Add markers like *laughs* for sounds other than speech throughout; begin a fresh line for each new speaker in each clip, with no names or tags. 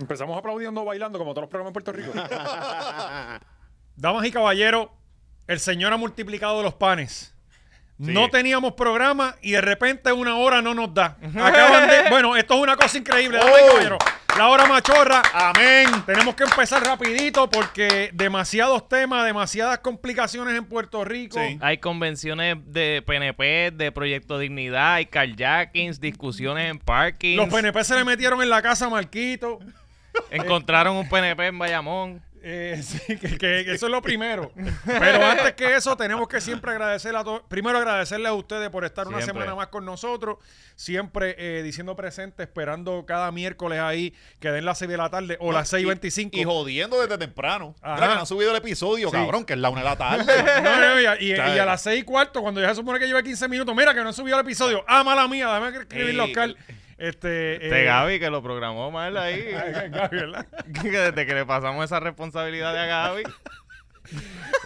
Empezamos aplaudiendo, bailando, como todos los programas en Puerto Rico. Damas y caballeros, el señor ha multiplicado los panes. No teníamos programa y de repente una hora no nos da. Acaban de. Bueno, esto es una cosa increíble. Damas y
Oh.
caballeros, la hora machorra.
Amén.
Tenemos que empezar rapidito porque demasiados temas, demasiadas complicaciones en Puerto Rico.
Sí.
Hay convenciones de PNP, de Proyecto Dignidad, hay carjackings, discusiones en parkings.
Los PNP se le metieron en la casa a Marquito.
Encontraron un PNP en Bayamón.
Eh, *laughs* sí, que, que- que eso es lo primero. Pero antes que eso, tenemos que siempre agradecerle a todos. Primero, agradecerle a ustedes por estar una
Siempre.
semana más con nosotros. Siempre eh, diciendo presente, esperando cada miércoles ahí que den las 6 de la tarde o las
Y,
6.25.
jodiendo desde temprano.
Ajá.
Mira que no han subido el episodio,
Sí.
cabrón, que es la una de
*laughs*
la tarde.
*laughs* No, no, y, a- y- y
Claro.
a las 6 y cuarto, cuando ya se supone que lleva 15 minutos, mira que no he subido el episodio. Ah, mala mía, déjame escribirlo,
Sí.
Oscar. Este,
Este
eh,
Gaby que lo programó mal ahí.
*laughs* Gaby, ¿verdad?
*laughs* Que Desde que le pasamos esa responsabilidad a Gaby.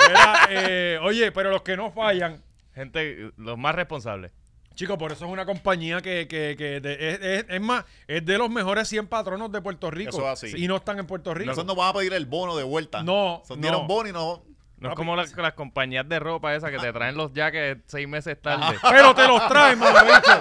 Era, eh, oye, pero los que no fallan,
Gente, los más responsables.
Chicos, por eso es una compañía que, que- que de- es, es- es más, es de los mejores 100 patronos de Puerto Rico.
Eso es así.
Y no están en Puerto Rico.
Nosotros no van a pedir el bono de vuelta.
No,
Son
no.
dieron bono y no.
No es como las, las compañías de ropa esas que te traen los jackets seis meses
*laughs*
tarde.
Pero te los
*laughs*
traen, mano, bicho.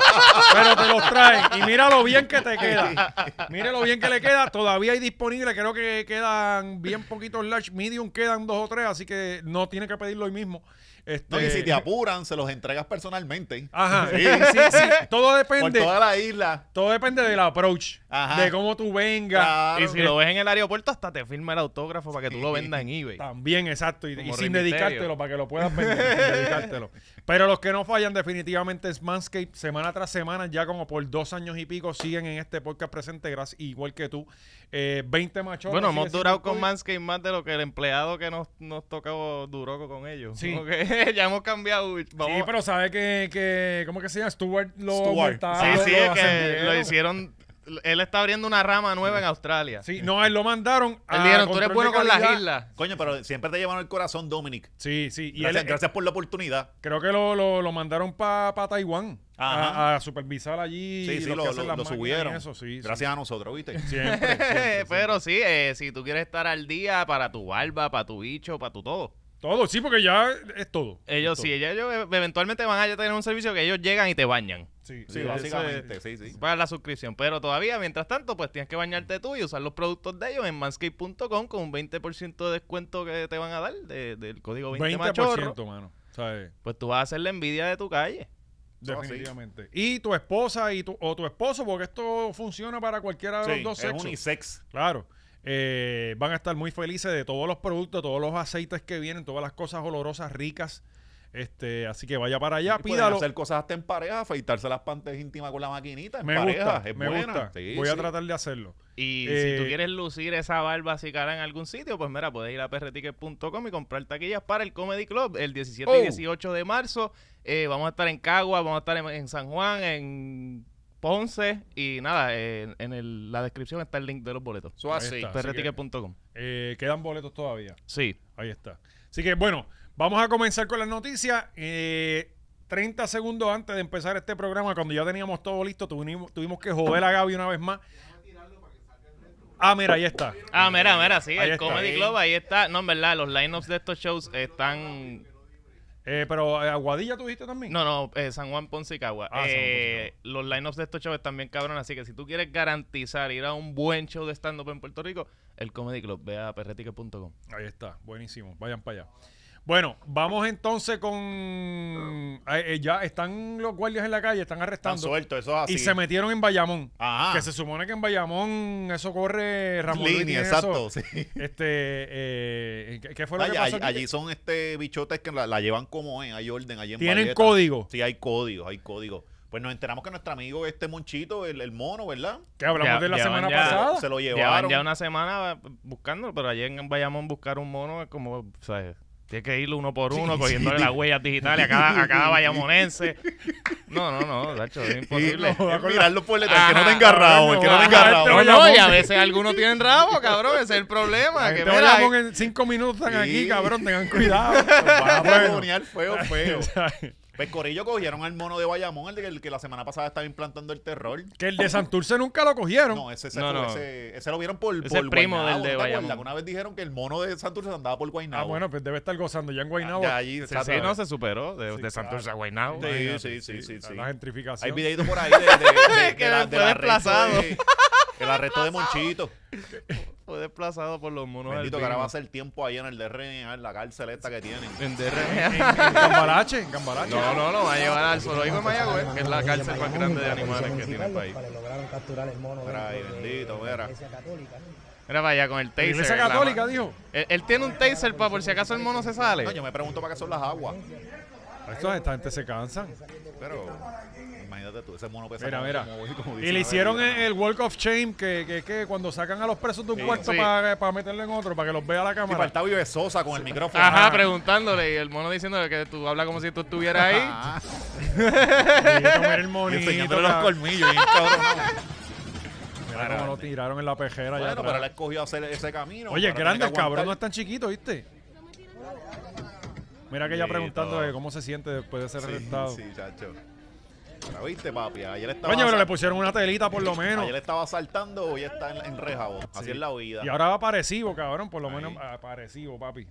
Pero te los traen. Y mira lo bien que te queda. Mira lo bien que le queda. Todavía hay disponible. Creo que quedan bien poquitos large. Medium quedan dos o tres. Así que no tiene que pedirlo hoy mismo. Este,
No, y si te apuran, se los entregas personalmente.
Ajá.
Sí.
Sí, sí. Todo
Por
depende.
toda la isla.
Todo depende del approach.
Ajá.
De cómo tú vengas.
Claro.
Y si lo ves en el aeropuerto, hasta te firma el autógrafo para que tú lo vendas en eBay.
También, exacto. Y, y
Como Rey
sin
Misterio.
dedicártelo para que lo puedas vender. sin
*laughs*
dedicártelo. Pero los que no fallan, definitivamente es Manscape. Semana tras semana, ya como por dos años y pico, siguen en este podcast presente, gracias, igual que tú. Eh, 20 machos.
Bueno, hemos durado con Manscaped más de lo que el empleado que nos, nos tocó duró con ellos.
Sí.
Como que *laughs* ya hemos cambiado. vamos-
Sí, pero sabe que, que. ¿Cómo que se llama? Stuart lo
Stuart.
aumentaron,
Sí, sí,
lo
es que
ascendieron.
lo hicieron. Él está abriendo una rama nueva en Australia.
Sí, no, a él lo mandaron.
Él
a
dijeron, tú eres
control
bueno
de
con las
calidad".
islas.
Coño, pero siempre te llevaron el corazón, Dominic.
Sí, sí. Y
Gracias,
él,
gracias por la oportunidad.
creo que lo, lo, lo mandaron para Taiwán.
Ajá.
A, a supervisar allí.
Sí, sí,
los
lo,
que
lo-
hacen las
lo
máquinas y
subieron.
Eso, sí, sí.
gracias a nosotros, ¿viste?
Siempre,
*laughs*
siempre, sí.
Pero sí, eh, si tú quieres estar al día para tu barba, para tu bicho, para tu todo.
Todo, sí, porque ya es todo.
Ellos
Es
sí,
todo.
ellos, ellos eventualmente van a tener un servicio que ellos llegan y te bañan.
Sí,
Sí,
sí,
básicamente, sí, sí.
Para la suscripción. Pero todavía, mientras tanto, pues tienes que bañarte tú y usar los productos de ellos en manscape.com con un 20% de descuento que te van a dar de- del código 20,
20%,
machorro.
mano. ¿sabes?
Oh,
Pues tú vas a hacer la envidia de tu calle.
Eso así.
Definitivamente. Y tu esposa y tu, o tu esposo, porque esto funciona para cualquiera de
Sí,
los dos
es
sexos.
unisex.
Claro. Eh, van a estar muy felices de todos los productos, todos los aceites que vienen, todas las cosas olorosas, ricas. Este, así que vaya para allá,
Y pueden
pídalo.
hacer cosas hasta en pareja, afeitarse las pantas íntimas con la maquinita. En
Me
pareja,
gusta,
es
me
buena.
gusta.
Sí,
Voy a
sí.
tratar de hacerlo.
Y
Eh,
si tú quieres lucir esa barba así cara en algún sitio, pues mira, puedes ir a prticket.com y comprar taquillas para el Comedy Club el 17
Oh.
y 18 de marzo. Eh, vamos a estar en Cagua, vamos a estar en, en San Juan, en Ponce y nada, eh, en, en el- la descripción está el link de los boletos.
Eso
Ahí
así.
está. Así que-
prticket.com.
Eh, quedan boletos todavía.
Sí.
Ahí está. Así que bueno, vamos a comenzar con las noticias. Eh, 30 segundos antes de empezar este programa, cuando ya teníamos todo listo, tuvimos, tuvimos que joder a Gaby una vez más. Ah, mira, ahí está.
Ah, mira, mira, sí,
Ahí
el
está.
Comedy
Ahí.
Club, ahí está. No, en verdad, los lineups de estos shows están
Eh, pero eh, Aguadilla tuviste también.
No, no, eh, San Juan Ponce y Cagua.
Ah, San Juan,
Eh, los lineups de estos shows están bien cabrones, así que si tú quieres garantizar ir a un buen show de stand-up en Puerto Rico, el Comedy Club, ve a perretique.com.
Ahí está, buenísimo. Vayan para allá. Bueno, vamos entonces con. eh, eh, ya están los guardias en la calle, están
Están
arrestando.
sueltos, eso es así.
y se metieron en Bayamón.
Ajá.
Que se supone que en Bayamón eso corre Ramón Luis
Línea,
tiene eso.
exacto. sí.
Este, eh, ¿qué- ¿qué fue lo
Allí-
que pasó? aquí?
allí, son este bichotes que la, la llevan como es, hay orden allí en
Tienen
Valleta.
código.
Sí, hay código, hay código. Pues nos enteramos que nuestro amigo este monchito, el, el mono, ¿verdad?
Que hablamos
Ya-
de la
ya
semana
van ya-
pasada.
Se lo
Llevaban
llevaron.
ya una semana eh, buscándolo, pero ayer en Bayamón buscar un mono es como, ¿sabes? Tienes que ir uno por uno, cogiéndole las huellas digitales a cada,
*laughs*
a cada bayamonense. No, no, no, Nacho, es imposible.
Es
con
mirarlo por detrás, el que no
Ajá,
tenga rabo, el que no
ajá,
tenga
este
rabo.
No, no,
Bayamón.
y a veces algunos tienen rabo, cabrón, ese es el problema.
Gente,
Que
ahora
mira,
Ramón, en cinco minutos están
Sí. *laughs*
aquí, cabrón, tengan cuidado.
Van a
Bueno. *laughs*
fogonear feo, feo.
O sea,
Pues Corillo cogieron al mono de Bayamón, el, de- el que la semana pasada estaba implantando el terror.
Que el de Santurce nunca lo cogieron.
No, ese, ese,
No,
fue-
no.
ese, ese lo vieron por,
Ese
por
es primo
Guaynabo,
del de
¿no te acuerdas?
Bayamón.
Una vez dijeron que el mono de Santurce andaba por Guaynabo.
ah, bueno, pues debe estar gozando ya en Guaynabo.
Ya allí,
Sí,
exacto.
sí, no, se superó de,
Sí,
de Santurce a Guaynabo.
Sí,
Imagínate,
sí, sí, sí, sí.
La gentrificación.
Hay videito por ahí de, de-
*laughs*
de- de
Que
la-
fue
del arresto
desplazado.
de- El arresto de Monchito.
Fue desplazado por los monos
Bendito que ahora va a
albinos.
ser tiempo ahí en el DRNA, en la cárcel esta que tienen.
En DRM.
En Cambalache, en Cambalache.
No, no, lo va a llevar al zoológico de Mayagüez, que es la cárcel más
Bayamón,
grande de
la policía
animales que
municipal,
tiene el
los
país.
cuales lograron capturar el mono
Mira ahí,
dentro de
bendito,
la
mira.
iglesia católica.
Mira para allá con el taser.
Iglesia
la ma-
Católica, dijo.
Él, él tiene un taser para por si acaso el mono se sale.
No, yo me pregunto para qué son las aguas.
Ah, Esto, esta gente se cansan.
Pero imagínate tú, ese mono pesa
Mira,
como-
mira.
como- como
Y
dice
le
la
hicieron el,
bebida,
el Walk of Shame, que, que, que cuando sacan a los presos de un
Sí,
cuarto
sí.
para, para meterlo en otro, para que los vea la
¿no? Sí,
cámara.
faltaba Vive Sosa con el micrófono.
Ah.
Ajá, preguntándole y el mono diciéndole que tú hablas como si tú estuvieras ahí.
Ah,
Y yo, mira el
*laughs* y
monito,
enseñándole los
cabrón.
colmillos. bien *laughs* cabronado.
Mira cómo lo tiraron en la pejera. allá
Bueno,
atrás.
pero él escogió hacer ese camino.
Oye,
Ahora
grande el
tiene que
cabrón, este no es
aguantar.
tan chiquito, ¿viste? Mira que ya
Sí,
preguntando
todo.
de cómo se siente después de ser arrestado.
Sí, sí, chacho. ¿La viste, papi? Ayer estaba,
Coño, pero le pusieron una telita por lo menos.
ayer estaba saltando, hoy está en, en rejabo. Así
Sí.
es la vida.
Y ahora va parecido, cabrón, por lo
Ahí.
menos ah, parecido, papi.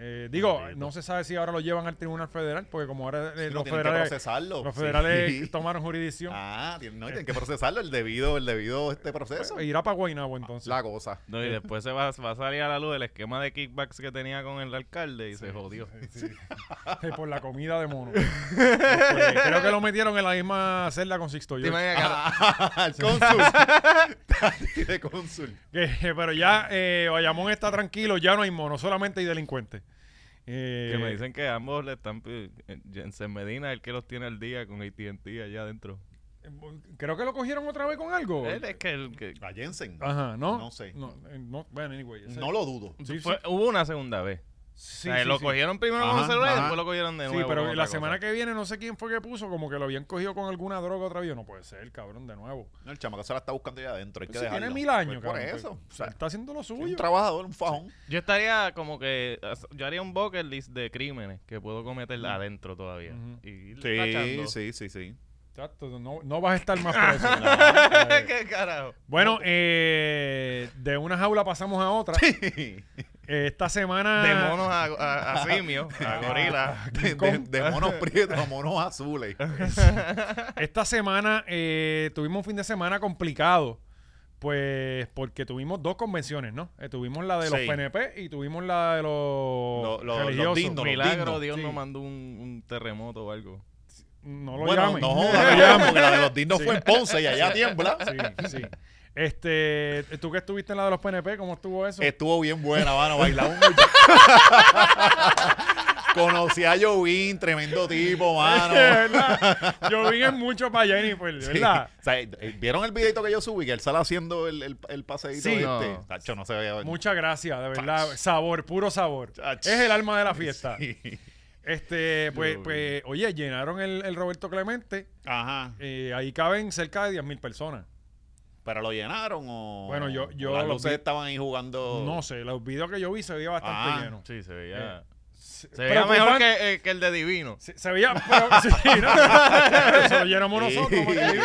Eh, digo, no se sabe si ahora lo llevan al Tribunal Federal, porque como ahora eh,
Sí, no
los,
tienen que
federales,
procesarlo.
los federales
Sí.
tomaron jurisdicción,
Ah, tien- no, tienen que procesarlo el debido, el debido este proceso.
pues, irá para Guaynabo entonces.
La
*laughs*
cosa.
No, y después se va, va a salir a la luz el esquema de kickbacks que tenía con el alcalde y se jodió.
Ah.
Eh, por la comida de
*laughs*
mono. Porque creo que lo metieron en la misma celda con Sixto
¿Te
George.
imaginas que ahora-
el cónsul. de cónsul.
Que- *laughs* pero ya eh, Bayamón está tranquilo, ya no hay mono, solamente hay delincuentes. Eh,
Que me dicen que ambos le están. pi- eh, Jensen Medina, el que los tiene al día con ATT allá adentro.
Eh, Creo que lo cogieron otra vez con algo.
Él es que. el que-
A Jensen.
Ajá, ¿no?
Eh, No sé.
No, eh, no- bueno, anyway. ese-
No lo dudo.
Sí, sí.
fue- hubo una segunda vez.
Sí,
O sea,
sí,
lo
sí.
cogieron primero con
Ajá,
un celular
ajá.
y después lo cogieron de
Sí,
nuevo.
pero la semana que viene no sé quién fue que puso, como que lo habían cogido con alguna droga otra vez. Yo, No puede ser, cabrón, de nuevo.
No, el chamaco se la está buscando allá adentro. Hay que
Si
dejarlo.
tiene mil años,
Pues por
cabrón,
eso.
pues,
O sea,
está haciendo lo
un
suyo.
trabajador, un fajón.
Yo estaría como que. Yo haría un bucket list de crímenes que puedo cometer adentro todavía.
Ujú.
Y ir tachando.
sí, sí, sí.
Exacto, no, no vas a estar
*laughs*
más preso. Eh,
*laughs* ¿Qué carajo?
bueno, eh, de una jaula pasamos a otra.
*laughs* de,
Eh, Esta semana.
De monos a, a, a simios, a gorilas.
de- de monos prietos a monos azules.
Esta semana eh, tuvimos un fin de semana complicado. Pues porque tuvimos dos convenciones, ¿no? Eh, tuvimos la de los
Sí.
PNP y tuvimos la de los
Lo- lo- los
religiosos.
dignos.
Milagro,
dignos,
Dios
sí.
no mandó un, un terremoto o algo.
No lo *laughs*
bueno,
llamen.
no jodas, no llamen, porque la de los dignos fue en Ponce y allá tiembla.
Sí, sí. Este, tú que estuviste en la de los PNP, ¿cómo estuvo eso? *laughs*
Estuvo bien buena, mano. Bailaba un muchacho. Conocí a Jovin, tremendo tipo,
*laughs*
mano.
¿Verdad? Yo
*laughs*
vi en mucho para Jennifer, ¿verdad?
Sí. O sea, eh, ¿Vieron el videito que yo subí? Que él sale haciendo el, el, el paseíto
Sí.
este.
No.
Tacho, no se veía venir.
Muchas gracias, de verdad.
Pach.
Sabor, puro sabor.
Ach.
Es el alma de la fiesta.
Sí.
Este, pues,
Yo vi.
pues, oye, llenaron el, el Roberto Clemente.
*laughs* Ajá.
eh, ahí caben cerca de 10.000 personas.
¿Pero lo llenaron o...?
Bueno, yo-
o
yo
Las
lo
luces
vi-
estaban ahí jugando...
No sé, los videos que yo vi se veía bastante
Oh. Ah,
lleno.
Sí, se veía.
Se,
Se veía
preocupan-
Eh, mejor que, eh, que el de Divino.
Se, se veía, pero, sí, *laughs* ¿no? Eso lo llenamos
Sí.
nosotros. como que digo.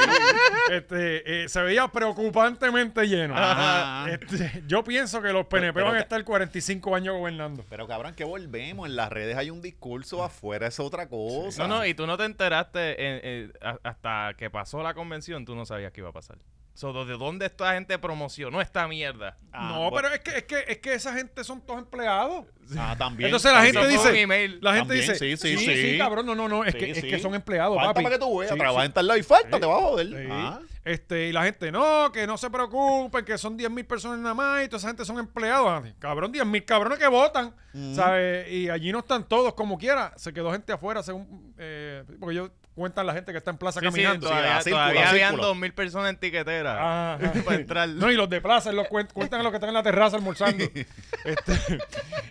Este, eh, se veía preocupantemente lleno.
Ajá.
Este, yo pienso que los PNP
Pero-
van a
pero-
estar 45 años gobernando.
Pero cabrón, que volvemos. En las redes hay un discurso afuera, es otra cosa.
No, no, y tú no te enteraste eh, eh, a- hasta que pasó la convención, tú no sabías que iba a pasar. So, ¿De dónde esta gente promocionó esta mierda?
Ah,
no,
bueno.
pero es que, es, que, es que esa gente son todos empleados.
Ah, también.
Entonces la gente
Eso fue
dice-
un email.
La gente
También,
dice,
sí, sí,
sí,
sí.
cabrón, no, no, no, es,
Sí,
que, es
sí.
que son empleados,
Falta
papi.
para que tú veas.
Sí,
trabaja
sí.
en tal lado y falta,
Sí.
te va a joder.
Sí.
Ah.
Este, y la gente, no, que no se preocupen, que son 10 mil personas nada más, y toda esa gente son empleados. Ah, Cabrón, 10 mil cabrones que votan,
Mm.
¿sabes? Y allí no están todos como quiera. Se quedó gente afuera, según, eh, porque ellos cuentan la gente que está en plaza
Sí, sí,
caminando.
todavía,
sí, a círculo,
todavía
a
habían
círculo.
dos mil personas en tiquetera
Ajá.
*laughs* para entrar.
No, y los de plaza los cuen- cuentan a los que están en la terraza
*laughs*
almorzando. Este,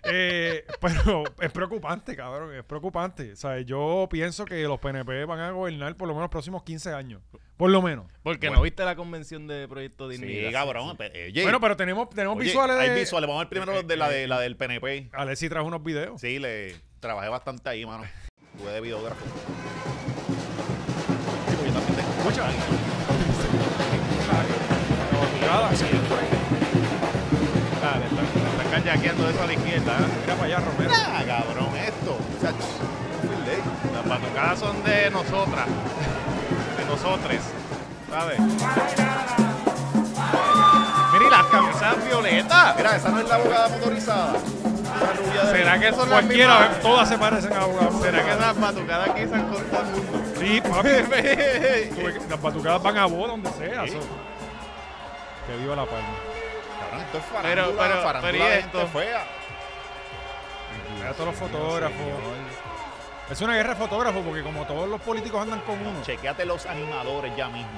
eh, pero es preocupante, cabrón, es preocupante. O sea, yo pienso que los PNP van a gobernar por lo menos los próximos 15 años. Por lo menos.
Porque
Bueno.
no viste la convención de Proyecto
Sí,
Dignidad.
cabrón. pe- eh, oye,
Bueno, pero tenemos, tenemos
oye,
visuales de...
Hay visuales. Vamos a ver primero los de la, de, la del PNP.
Alexi trajo unos videos.
Sí, le trabajé bastante ahí, mano. Jugué de videógrafo. Sí, porque yo también tengo-
Ah, le están, le están canyaqueando eso a la izquierda. ¿eh?
Mira para allá, Romero.
Ah, cabrón, esto. O sea, ch- full ley.
Las batucadas son de nosotras. De nosotres. ¿Sabes? Mira, y las camisas violetas.
Mira, esa no es la abogada motorizada. Esa rubia de...
¿Será que son las
Cualquiera,
mismas?
todas se parecen a abogados.
¿Será que esas batucadas aquí se han cortado el mundo?
Sí,
*laughs*
papi. Tú ves que Las batucadas van a vos donde sea. so. Que viva la palma.
Cabrón, esto es farándula,
Pero- pero-
farándula
pero ¿y
de
esto?
gente fea.
Mira a todos los fotógrafos. Es una guerra de fotógrafos porque como todos los políticos andan con uno.
Chequéate los animadores ya mismo.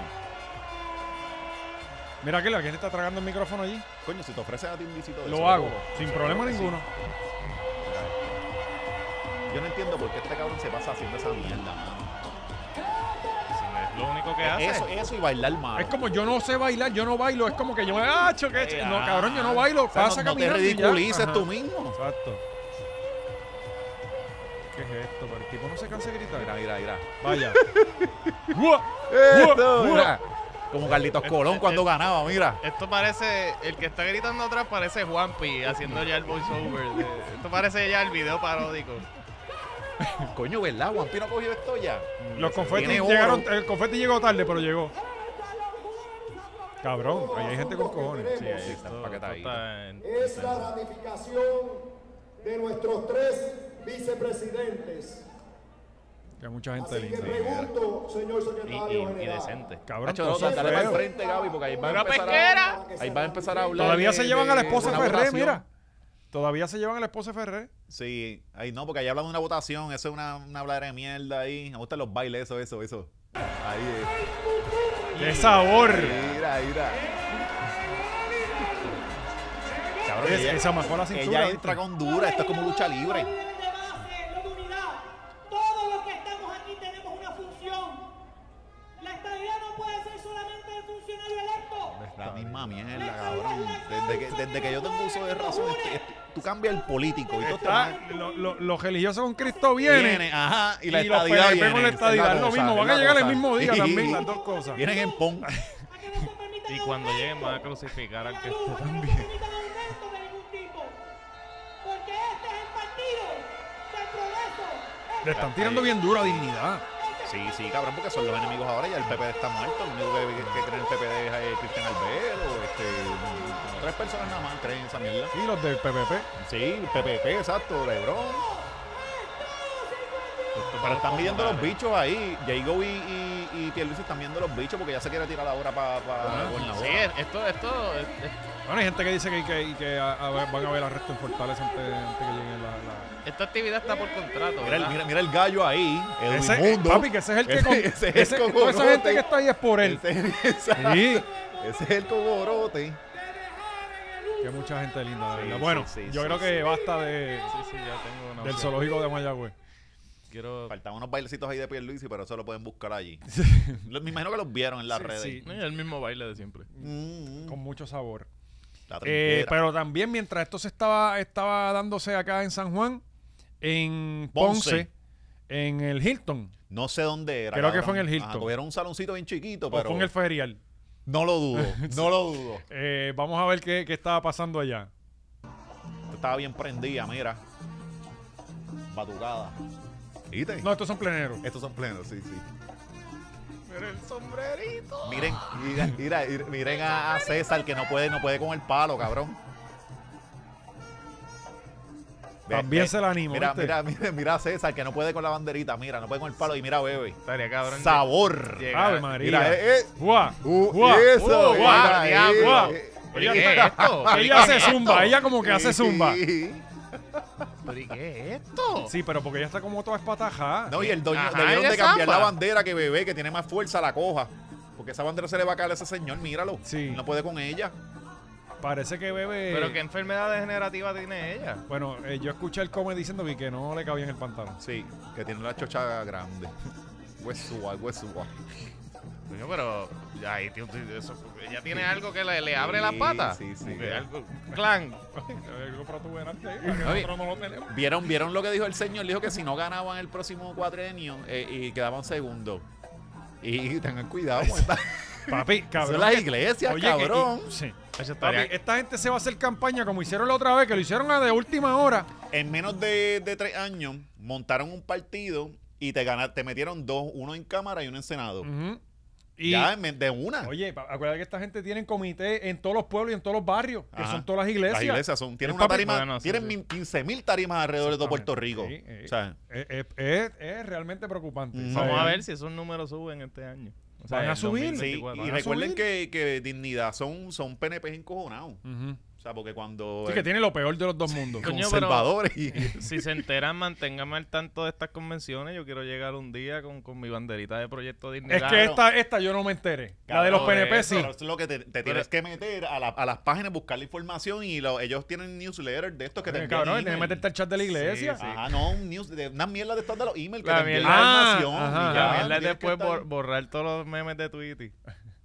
Mira que la gente está tragando el micrófono allí.
Coño, si te ofreces a ti un
Pues
visito de
Lo
eso,
hago,
loco.
sin problema ninguno.
Yo no entiendo por qué este cabrón se pasa haciendo esa mierda, mano.
Es lo único que hace.
Eso, eso y bailar mal.
Ah, Es como yo no sé bailar, yo no bailo. Es como que yo me gacho, que
Ay,
no,
ah.
cabrón, yo no bailo. Pasa
no, no te
caminando y ya.
ridiculices
Ajá.
tú mismo.
Exacto. ¿Qué es esto? Pero el tipo no se cansa de gritar.
Mira, mira, mira. *laughs*
Vaya. Guau,
Esto,
guau,
mira. Como Carlitos Colón cuando ganaba, mira.
Esto parece, el que está gritando atrás parece Juanpi haciendo ya el voiceover. de- esto parece ya el video paródico.
Coño, ¿verdad? Juan Pino cogió esto ya.
guau. Mm, Los confetis
Tiene oro.
llegaron, el confeti llegó tarde, pero llegó. Cabrón, ahí hay gente con cojones.
Sí, ahí está, empaquetadito.
es la ratificación de nuestros tres vicepresidentes.
Que hay mucha gente
Así que
linda.
pregunto, señor
y,
secretario
y- y
general.
decente.
Cabrón, eh,
Hacho,
todo
no,
eso es
dale para el
feo.
frente, Gaby, porque ahí va
¡Una
a empezar
pesquera!
a... Ahí va a empezar a hablar
Todavía
de-
se llevan a la esposa
de una
Ferré,
votación.
mira. Todavía se llevan a la esposa Ferré.
Sí, ahí no, porque ahí hablan de una votación, eso es una, una habladera de mierda ahí. Me gustan los bailes, eso, eso, eso. Ahí eh.
¡Qué sabor!
es. Mira, mira. Cabrón,
Es-
ella,
esa majó la cintura.
ella
¿viste?
entra con dura, esto es como lucha libre.
de base, no de unidad. Todos los que estamos aquí tenemos una función. La estabilidad no puede ser solamente del funcionario electo.
La misma mierda, cabrón. Desde que, desde que yo tengo uso de razón, este- este- tú cambias el político y tú te
Está- Ah, lo- lo- los religiosos con Cristo vienen.
Vienen, ajá, y la
y los
estadidad
PNP
viene.
con la
Esa es
estadidad, es lo
cosa,
mismo,
es
van a
la
llegar el
cosa.
mismo día también, las dos cosas.
Vienen en pon.
A que no se permita
*laughs* Y
el
cuando
aumento.
lleguen van a crucificar al que
Ayuda,
esté
que no se
también.
permita el aumento de ningún tipo. Porque este es el partido del progreso.
Le
Este
están tirando bien duro a dignidad.
Sí, sí, cabrón, porque son los enemigos ahora, ya el PPD está muerto, el único que, que, cree en el PPD es eh, Cristian Albero, este, como tres personas nada más creen en esa mierda.
Y los del PPP.
Sí, PPP, exacto, Lebron. Pero están midiendo los bichos ahí, Jago y, y, y Pierluisi están viendo los bichos porque ya se quiere tirar ahora para pa,
Ah, Sí,
gobernador.
es- esto, esto, es- es-
Bueno, hay gente que dice que, que- que a- a ver- van a ver arresto en Fortaleza antes, antes que lleguen la... la-
esta actividad está por contrato,
Mira, el-
¿verdad?
mira, mira el gallo ahí, Edwin
Ese, eh,
Mundo.
papi, que ese es el que... con-
*laughs* Ese- ese es el
ese- toda esa
cocorote.
gente que está ahí es por él.
Ese, exacto.
Sí.
*laughs* Ese es el coborote.
Que mucha gente linda, de
Sí,
verdad. Bueno,
sí, sí,
yo
sí,
creo que basta de,
Sí, sí, ya tengo una
del
opción.
zoológico de Mayagüez.
Quiero...
Faltaban unos bailecitos ahí de Pierluisi, pero eso lo pueden
*laughs*
buscar allí. Lo- Me imagino que los vieron en las
Sí,
redes.
sí.
No, es el mismo baile de siempre.
Mm, mm.
Con mucho sabor.
La
Eh,
trinquera.
pero también mientras esto se estaba, estaba dándose acá en San Juan, en Ponce,
Ponce.
en el Hilton,
no sé dónde era.
Creo que
cabrón.
fue en el Hilton.
Ajá, cogieron un saloncito bien chiquito,
o
pero
fue en el ferial.
no lo dudo.
*laughs*
No lo dudo.
Eh, vamos a ver qué, qué estaba pasando allá.
Estaba bien prendida, mira. Batucada. ¿Viste?
No, estos son pleneros.
Estos son plenos, sí, sí.
Pero el sombrerito.
Miren, mira, mira, ir- miren a, a César que no puede, no puede con el palo, cabrón. Ve-
También
ve-
se la animo,
Mira,
¿viste?
mira, mira, mira a César que no puede con la banderita, mira, no puede con el palo y mira a Bebe.
Estaría cabrón.
Sabor.
Llega-
Ave
Mira,
María.
eh, eh.
¡Guau!
Uh,
¡Guau! ¡Guau!
eso, mira,
¡Guau!
eh,
diablo.
¡Guau!
eh,
¿Pero ¿Qué es esto? ¿Pero
Ella
qué
hace
es
zumba,
esto?
ella como que hace zumba.
Sí.
¿Pero y qué es esto?
Sí, pero porque ella está como toda espatajada.
No, y el doño
Ajá,
debieron
ella
de cambiar
zamba.
la bandera que Bebé, que tiene más fuerza, la coja. Porque esa bandera se le va a caer a ese señor, míralo.
Sí.
No puede con ella.
Parece que bebe.
¿Pero qué enfermedad degenerativa tiene ella?
Bueno, eh, yo escuché el come diciendo que- que no le *laughs* cabía en el pantalón.
*laughs* Sí, que tiene la chocha grande. Huesúa, huesúa.
Coño, pero ahí tiene un- eso- ella tiene algo que le, le abre las patas.
sí, sí.
Como que algo- clan.
Algo para tu delante, ahí,
Oye.
nosotros no lo tenemos.
¿Vieron, ¿Vieron lo que dijo el señor? Dijo que si no ganaban el próximo cuatrenio eh, y quedaban segundo. Y tengan cuidado con esta- *laughs*
Papi, *laughs* cabrón.
Son las
que-
iglesias,
Oye, que-
cabrón.
y- sí.
Eso
Papi,
estaría-
esta gente se va a hacer campaña como hicieron la otra vez, que lo hicieron a de última hora.
En menos de, de tres años montaron un partido y te, gana- te metieron dos, uno en Cámara y uno en Senado.
Ujú. Y,
ya en men- de una.
Oye, pa- acuérdate que esta gente tiene comité en todos los pueblos y en todos los barrios, que
Ajá.
son todas las iglesias.
Las iglesias son, tienen
El
una
papi-
tarima,
Bueno, sí,
tienen
sí.
15 mil tarimas alrededor de todo Puerto Rico.
Sí, eh.
O sea,
Eh, eh, eh, es realmente preocupante.
Mm.
¿sabes?
Vamos a ver si esos números suben este año. O
Van a
en
subir.
sí,
2024.
y
a
recuerden
subir.
que, que Dignidad son, son PNP encojonados.
Ujú.
O sea, porque cuando
Sí, que
eh,
tiene lo peor de los dos mundos.
Coño, pero-
conservadores y
si se enteran, manténganme al tanto de estas convenciones. Yo quiero llegar un día con, con mi banderita de Proyecto Dignidad.
Es que esta, esta yo no me enteré. *laughs* La de los
Cabrón,
PNP
eso,
sí.
Pero es lo que te, te tienes que meter a, la- a las páginas, buscar la información y lo- ellos tienen newsletters de estos que te
Eh,
envían
Cabrón, tienes que
email.
meterte al chat de la iglesia.
sí.
Ajá, no, un news, de, una mierda de estas de los emails que
La
te envían
mierda-
Ah,
información.
ajá,
y
La
ya,
Ah,
mierda es
tienes que
después
estar-
bor- borrar todos los memes de Twitter.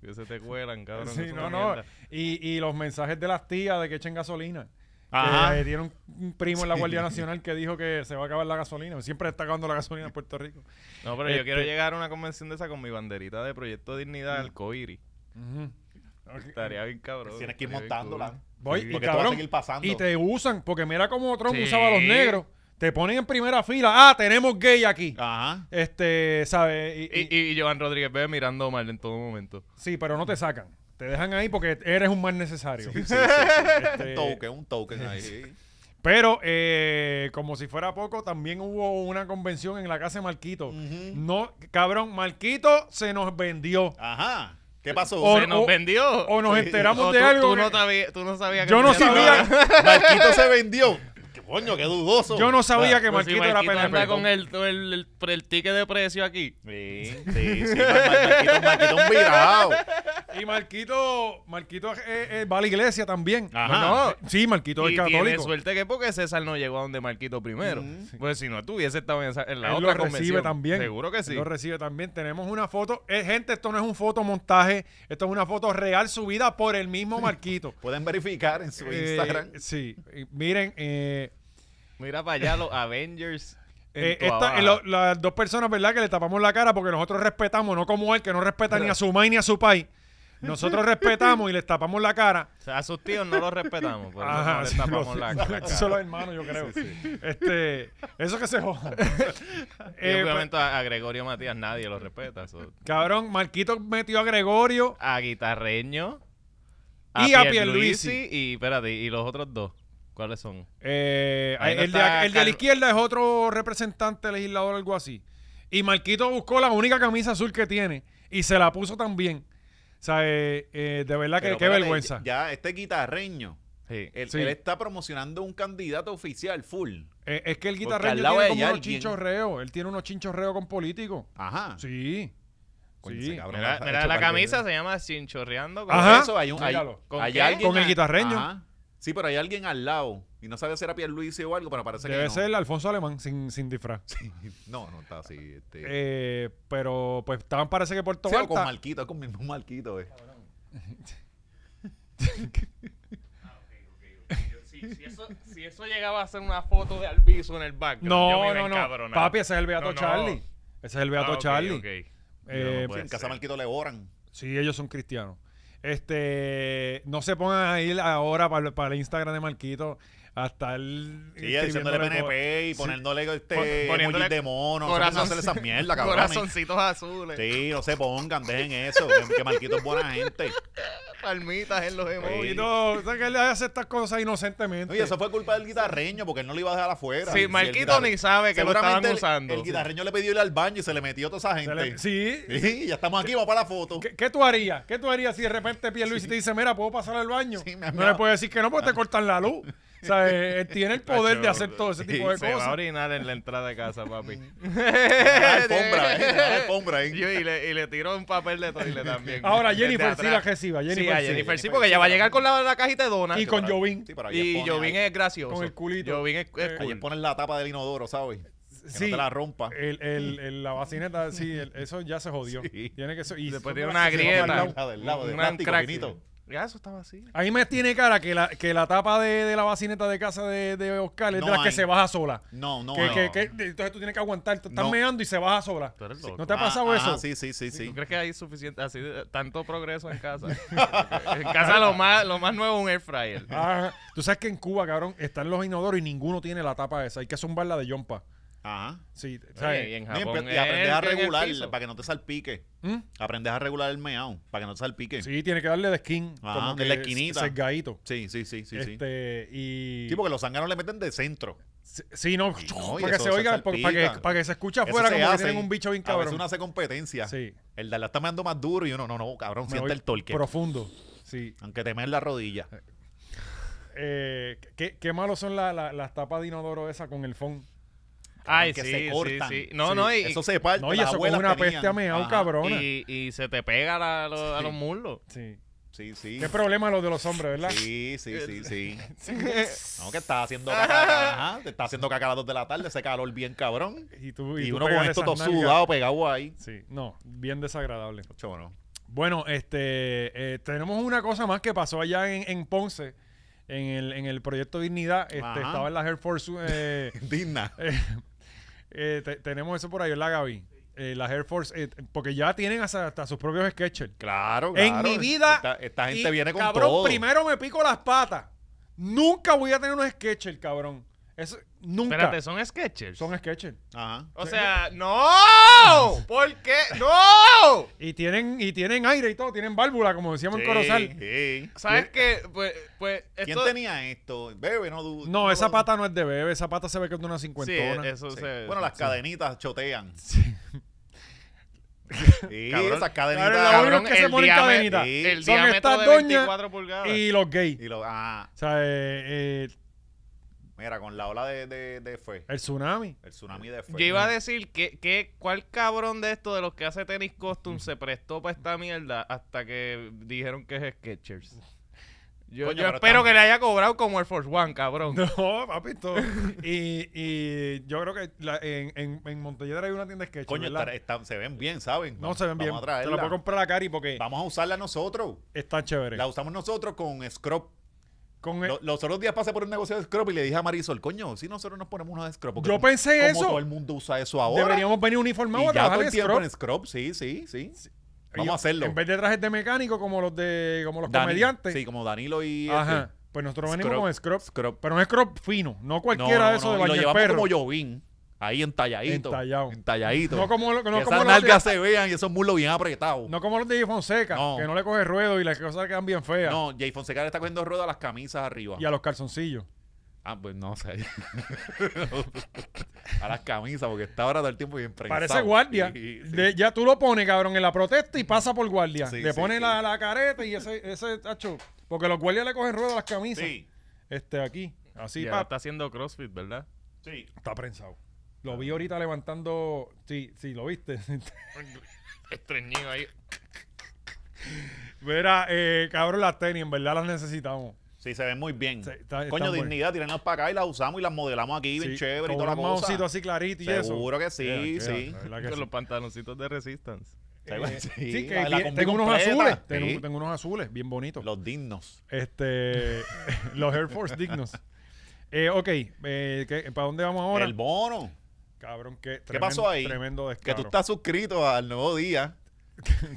Que se te cuelan, cabrón.
Sí,
eso es
no,
una
no.
mierda.
Y, y los mensajes de las tías de que echen gasolina.
Ajá.
Que, eh, tiene un, un primo en la Guardia Nacional que dijo que se va a acabar la gasolina. Siempre está acabando la gasolina en Puerto Rico.
No, pero yo
Este- Mm.
quiero llegar a una convención de esa con mi banderita de Proyecto Dignidad al Coiri.
Ujú.
Estaría bien cabrón.
Tienes que ir
estaría bien
montándola.
Voy,
Sí,
y
porque esto va a
cabrón,
seguir pasando.
Y te usan, porque mira cómo Trump
Sí.
usaba a los negros. Te ponen en primera fila. Ah, tenemos gay aquí.
Ajá.
Este, ¿sabes? Y-
cool. Y, y, y Joan Rodríguez Pérez mirando mal en todo momento.
Sí, pero no te sacan. Te dejan ahí porque eres un mal necesario. Este,
Un token, un token ahí.
Pero, eh, como si fuera poco, también hubo una convención en la casa de Marquito. No, cabrón, Marquito se nos vendió.
Ajá. ¿Qué pasó?
O-
se nos
o-
vendió.
o nos enteramos
O
de
tú-
algo
Tú
que-
no, sabías, tú no sabías que
Yo no
tenía
sabía-
trabajo.
Marquito se vendió. Qué coño, qué dudoso.
Yo no sabía
Ah,
que
Pues si
Marquito era
Marquito anda
PNP.
con el, el, el, el ticket de precio aquí.
Sí, sí, sí. Marquito, Marquito un virado.
Y Marquito, Marquito eh, eh, va a la iglesia también. Pues
Ajá.
No,
Sí, Marquito es
y tiene
católico.
suerte que porque César no llegó a donde Marquito primero.
Mm.
Pues si no estuviese estado en, esa- en la
Él
otra
lo recibe
convención.
también.
Seguro que sí.
Él Lo recibe también. Tenemos una foto. Eh, gente, esto no es un fotomontaje. Esto es una foto real subida por el mismo
*laughs*
Marquito.
Pueden verificar en su Instagram.
Eh, sí. Y Miren, eh,
Mira para allá los Avengers. en
eh,
tu
esta-
abajo.
eh, lo- las dos personas, ¿verdad? Que le tapamos la cara porque nosotros respetamos, no como él, que no respeta ni a su maíz ni a su país. Nosotros respetamos y les tapamos la cara.
O sea, a sus tíos no los respetamos. Por eso no les
sí,
tapamos
los- *laughs*
la, la cara.
Son los hermanos, yo creo. Este, eso que se
*laughs*
jodan.
Y
Eh,
obviamente a, a Gregorio Matías nadie lo respeta. so.
Cabrón, Marquito metió a Gregorio.
A Guitarreño.
Y a
Y espérate, y los otros dos. ¿Cuáles son?
Eh,
Ahí no
el, de,
está
el de la
Carl-
izquierda es otro representante legislador, algo así. Y Marquito buscó la única camisa azul que tiene y se la puso también. O sea, eh, eh, de verdad que
Pero
qué
espérate,
vergüenza.
Ya, este guitarreño,
Sí.
él,
Sí.
él está promocionando un candidato oficial full.
Eh, es que el
al
guitarreño
lado
tiene
de
como
ella
unos
alguien-
chinchorreos. Él tiene unos chinchorreos con políticos.
Ajá.
Sí.
Ah. Coño,
sí.
ese cabrón
Mira,
ha
mira
hecho
la
par de-
camisa se llama Chinchorreando. con-
Ajá.
Por eso hay un hay,
Míralo.
¿Con
hay
qué?
alguien
Con el guitarreño.
Ajá. Sí, pero hay alguien al lado. Y no sabe si era Pierluisi o algo, pero parece
Debe
que no.
ser Alfonso Alemán sin, sin disfraz.
*laughs* No, no está así. Este...
Eh, pero pues estaban parece que Puerto
Sí, o con
Vallarta-
Marquito, es con mismo Marquito. eh.
Si, si eso, si eso llegaba a ser una foto de Albizu en el background, yo
No,
me iba a
no, no.
encabronar.
Papi, ese es el Beato
No, no.
Charlie. Ese es el Beato
Ah, ok,
Charlie.
ok.
Eh,
no
Sí,
puede
en casa
ser.
Marquito le oran.
Sí, ellos son cristianos. Este, no se pongan a ir ahora para, para el Instagram de Marquito hasta el
Sí, diciéndole PNP y poniéndole este
Pon- poniéndole
emojis de mono. No sé, no hacer esas
*laughs*
mierdas, cabrón.
Corazoncitos azules,
Sí, no se pongan, dejen eso. Que, que Marquito es buena gente.
palmitas en los emojis.
Sí.
No, o sea, que él hace estas cosas inocentemente.
Oye, eso fue culpa del guitarreño porque él no lo iba a dejar afuera.
Sí,
el
Marquito
guitarre-
ni sabe que lo
Seguramente
estaban
el-
usando.
El, guitarreño le pidió ir al baño y se le metió toda esa
Se
gente.
le- sí.
*laughs* Sí, ya estamos aquí, vamos para la foto.
¿Qué, qué tú harías? ¿Qué tú harías si de repente Pierluisi te dice, mira, ¿puedo pasar al baño?
Sí, me ha
no le
mirado.
puedes decir que no porque te cortan la luz. O sea, eh, él tiene
*laughs*
el poder de hacer todo ese tipo de
Se va a
cosas.
orinar en la entrada de casa, *laughs* papi.
La alfombra, eh, la alfombra, eh.
Yo, y, le, y le tiró un papel de *laughs* toile también.
Ahora
Desde
Jennifer sí
atrás.
la reciba. Jennifer,
sí, a
sí.
Jennifer sí, porque ya va a llegar con la, la cajita de donas.
Y con Jovín.
Sí, pero ahí
Y
expone-
Jovín
ahí-
es gracioso.
Con el culito.
Jovín es, es
Eh,
ahí
cool.
exponen la tapa del inodoro, ¿sabes? Que no te la rompa.
El, el, el- la vacineta, sí, el- eso ya se jodió.
Sí.
Tiene que ser. y
Después
son de
tiene una
las que se van
grieta.
al
del
lado.
lado, del lado, de
un
plástico
crack.
finito.
Ya, eso está vacío.
Ahí me tiene cara que la, que la tapa de, de la vacineta de casa de, de Oscar es
No
de las que
hay.
se baja sola.
No, no.
que,
hay.
que- que- entonces tú tienes que aguantar. Tú estás
No.
meando y se baja sola.
Tú eres loco.
¿No te ha
Ah,
pasado
ajá,
eso?
Sí, sí, sí, sí.
¿Tú crees que hay suficiente así de- tanto progreso en casa?
*laughs*
en casa lo más lo más nuevo es un air fryer.
Ajá. Ah, tú sabes que en Cuba, cabrón, están los inodoros y ninguno tiene la tapa esa. Hay que zumbarla de Yompa.
Ajá.
Sí, ¿sabes?
Oye, y en
No, y
Japón
apre- y aprendes
es
a
que en el
regular
piso.
para que no te salpique.
¿Mm?
Aprendes a regular el meao para que no te salpique. Sí,
Sí, tiene que darle de skin.
Ajá,
como
de
que
la esquinita.
Sesgadito.
sí, sí, sí, sí.
este, y...
Sí, porque los zánganos le meten de centro.
Sí, Sí, no,
y
para que
eso
se
se
oiga, para
salpica.
que, para que se escuche
Eso
afuera
se
como que
hace.
tienen un bicho bien
A veces
cabrón.
uno hace competencia.
Sí.
El de la está meando más duro y uno, no, no, cabrón,
Me
siente
voy
el torque.
Profundo. Sí.
Aunque te mees la rodilla.
Eh, qué, qué malos son la- la- las tapas de inodoro esa con el fond.
Ay,
que
sí,
se
sí,
cortan.
sí. No,
Sí,
no, y,
Eso se parte.
No, y
las
eso con
abuelas
una
tenían.
peste a meao,
Ajá.
cabrona.
y, y se te pega a la- a los- a los muslos.
Sí.
Sí, sí.
Qué problema los de los hombres, ¿verdad?
Sí, sí,
*laughs*
sí, sí. No, que estás haciendo caca. Ajá, te estás haciendo caca a las 2 de la tarde, ese calor bien cabrón.
Y, tú,
Y
tú
uno con
pegas
esto todo
esas nalgas.
sudado, pegado ahí.
Sí, no, bien desagradable.
Ocho, *laughs* no.
Bueno, este, eh, tenemos una cosa más que pasó allá en, en Ponce, en el, en el proyecto Dignidad. Este,
Ajá.
estaba en la Air Force. eh, *laughs*
Digna.
Eh, eh, te- tenemos eso por ahí, la Gaby? Eh, las Air Force, eh, porque ya tienen hasta, hasta sus propios sketchers.
Claro, claro.
en mi vida.
Esta, esta gente
y,
viene con
cabrón,
todo.
primero me pico las patas. Nunca voy a tener un sketcher, cabrón. Eso, nunca.
Espérate, son sketches.
Son sketchers.
Ajá.
o sea, no. ¿Por qué? No.
Y tienen, y tienen aire y todo, tienen válvula, como decíamos
Sí,
en Corozal.
sí.
¿Sabes qué? Pues, pues
¿Quién
esto
tenía esto? Bebe, no dudo.
No, esa pata no es de bebé, esa pata se ve que es de una
Sí,
cincuentona.
eso se
Bueno, las
sí.
cadenitas chotean. Sí,
Cabrón.
esas
Claro,
cadenitas.
lo
cabrón,
único que se
el
ponen
diame-
cadenita.
Sí.
El
Son
diámetro
estas
de
doñas
24 pulgadas.
Y los gays.
Y lo, ah,
O sea, eh, eh,
mira, con la ola de, de, de fe.
el tsunami. *laughs*
El tsunami de fe.
Yo iba a decir que, que cuál cabrón de esto de los que hace tenis
Mm.
costume se prestó para esta mierda hasta que dijeron que es Sketchers. Yo,
Coño,
yo
pero
espero
tam-
que le haya cobrado como el Force One, cabrón.
No,
*laughs*
papito. y, y yo creo que la- en, en, en Montelledra hay una tienda de sketch.
Coño,
¿verdad?
estar- están- se ven bien, ¿saben?
No
Vamos-
se ven bien.
Vamos a
Te
traerla.
la puedo comprar a Cari porque
Vamos a usarla nosotros.
está chévere.
La usamos nosotros con Scrop.
Con el-
Lo- los otros días pasé por un negocio de Scrop y le dije a Marisol, coño, si nosotros nos ponemos uno de Scrop. porque
Yo
como-
pensé
como
eso.
todo el mundo usa eso ahora.
deberíamos venir
y
uniformados a
ya todo
trabajar
el
en
tiempo
scrub.
en Scrop. Sí, sí, sí. Vamos a hacerlo.
En vez de trajes de mecánico como los de como los
Dani-
comediantes.
Sí, como Danilo y...
Ajá.
este.
Pues nosotros
Scrub,
venimos con scrub.
Scrub.
Pero un scrub fino, no
No,
cualquiera
no,
de eso
no,
de
y lo
baño de
llevamos
perro.
como llovín. Ahí entalladito.
Entallado.
Entalladito.
No como lo- no
que
como
esas
lo
nalgas
hacía-
se vean y esos muslos bien apretados.
No como los de Jay Fonseca,
No.
que no le coge ruedo y las cosas quedan bien feas.
No, Jay Fonseca le está cogiendo ruedas a las camisas arriba.
Y a los calzoncillos.
Ah, pues no sé. *laughs* a las camisas, porque está ahora todo el tiempo bien prensado.
Parece guardia.
Sí, sí.
De- ya tú lo pones, cabrón, en la protesta y pasa por guardia.
Sí,
le
sí,
pones
sí.
la, la careta y ese, ese tacho. Porque los guardias le cogen ruedas a las camisas.
Sí,
Este, aquí. Así,
Y ahora
pa,
está haciendo CrossFit, ¿verdad?
sí.
Está prensado. Lo vi ahorita levantando. Sí, sí, lo viste. *laughs*
Estreñido ahí.
Verá, eh, cabrón, las tenis, en verdad las necesitamos.
Sí, se ven muy bien.
Sí, está-
Coño,
están
dignidad, tírenlas para acá y las usamos y las modelamos aquí, bien
Sí,
chévere y
con
toda la
un
cosa.
maoncito así clarito y eso.
Seguro que sí,
Queda, queda,
sí.
la verdad que
Con
sí.
los pantaloncitos de Resistance.
Eh,
Sí,
sí, que
la
bien-
combi
tengo unos
completa.
azules. Tengo,
Sí,
tengo unos azules, bien bonitos.
Los dignos.
Este, *laughs* los Air Force dignos. Eh, ok, ¿para dónde vamos ahora?
El bono.
Cabrón, que
¿Qué pasó ahí?
Tremendo
Que
descaro.
tú
*laughs*
estás suscrito al nuevo día.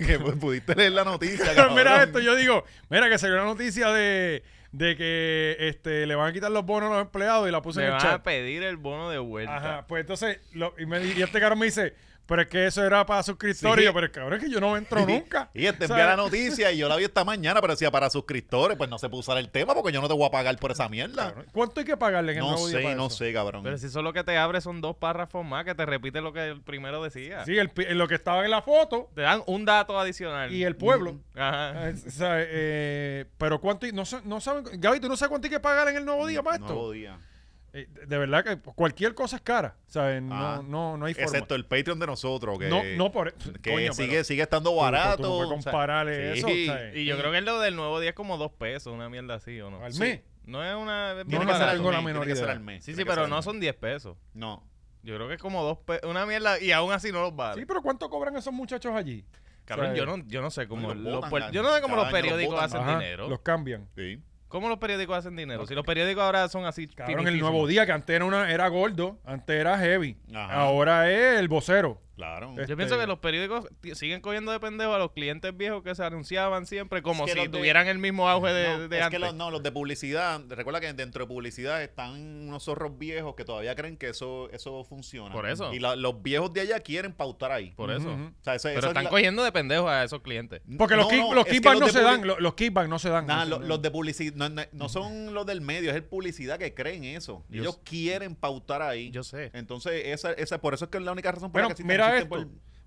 que pues, pudiste leer la noticia.
mira
cabrón.
esto, yo digo, mira que salió la noticia de, de que este, le van a quitar los bonos a los empleados y la puse
Me
en el
van a
chat.
pedir el bono de vuelta.
Ajá, pues entonces, lo- y, me, di- y este cabrón me dice, pero es que eso era para suscriptores.
Sí.
Y yo, pero cabrón, es que yo no entro nunca.
*laughs* Y este
¿Sabes?
envía la noticia y yo la vi esta mañana, pero decía para suscriptores, pues no se puede usar el tema porque yo no te voy a pagar por esa mierda.
Cabrón, ¿Cuánto hay que pagarle en el
No
nuevo día
sé,
para
no
eso?
sé, cabrón.
Pero si eso lo que te abre son dos párrafos más que te repite lo que el primero decía.
Sí, el pi- lo que estaba en la foto
Te dan un dato adicional.
y el pueblo.
Mm.
Ajá.
Ah, es- o sea, eh, pero cuánto, y- no, sa- no saben, Gaby, ¿tú no sabes cuánto hay que pagar en el nuevo día para esto?
Nuevo día.
Eh, de- de verdad que cualquier cosa es cara, o sea, no,
Ah.
no, no hay forma.
Excepto el Patreon de nosotros, que,
no, no por e-,
que
coño,
sigue,
pero tú-
sigue estando
tú no
barato.
puedes
o sea,
comparar eso,
sí.
o sea,
Y yo creo que lo del nuevo día es como dos pesos, una mierda así, ¿o no?
al
Sí.
mes.
No es una... es
No,
bien
tiene
no
que ser
barato.
al
tengo la
mes,
menor
tiene que ser
idea.
al mes,
Sí, sí,
tiene que ser
pero
al
no
mes.
son 10 pesos.
No.
Yo creo que es como dos pe- una mierda y aún así no los vale.
Sí, pero ¿cuánto cobran esos muchachos allí?
Cabrón,
Sí.
yo no, yo no sé cómo
Los
los
botan,
per-
cada-
yo no sé cómo
cada
los
año los
periódicos
botan,
hacen
Ajá,
dinero.
Los cambian.
Sí.
¿Cómo los periódicos hacen dinero? Si los periódicos ahora son así.
Cabrón, el
finitísimos.
nuevo día, que antes era, una, era gordo, antes era heavy.
Ajá.
Ahora es el vocero.
Claro.
Es-
Yo pienso
este-
que los periódicos ti- siguen cogiendo de pendejo a los clientes viejos que se anunciaban siempre como
Es que
si
los de-
tuvieran el mismo auge de,
No,
de
es
antes.
que los, no, los de publicidad, recuerda que dentro de publicidad están unos zorros viejos que todavía creen que eso, eso funciona.
Por eso.
Y la- los viejos de allá quieren pautar ahí.
Por eso.
Ujú.
O sea, eso-
Pero
eso es
están
la-
cogiendo de pendejo a esos clientes.
Porque los,
No,
kick-
no,
los
es que
kickbacks
los
no
de
se
publi-
dan. lo- Los, kickbacks no se dan.
Nah,
no
lo-
se
los
dan.
de publicidad no, no- no son los del medio, es el publicidad que creen eso.
Yo
Ellos
sé.
quieren pautar ahí.
Yo sé.
Entonces, esa, esa, por eso es que es la única razón por
Bueno,
la que existen-
mira esto.
existen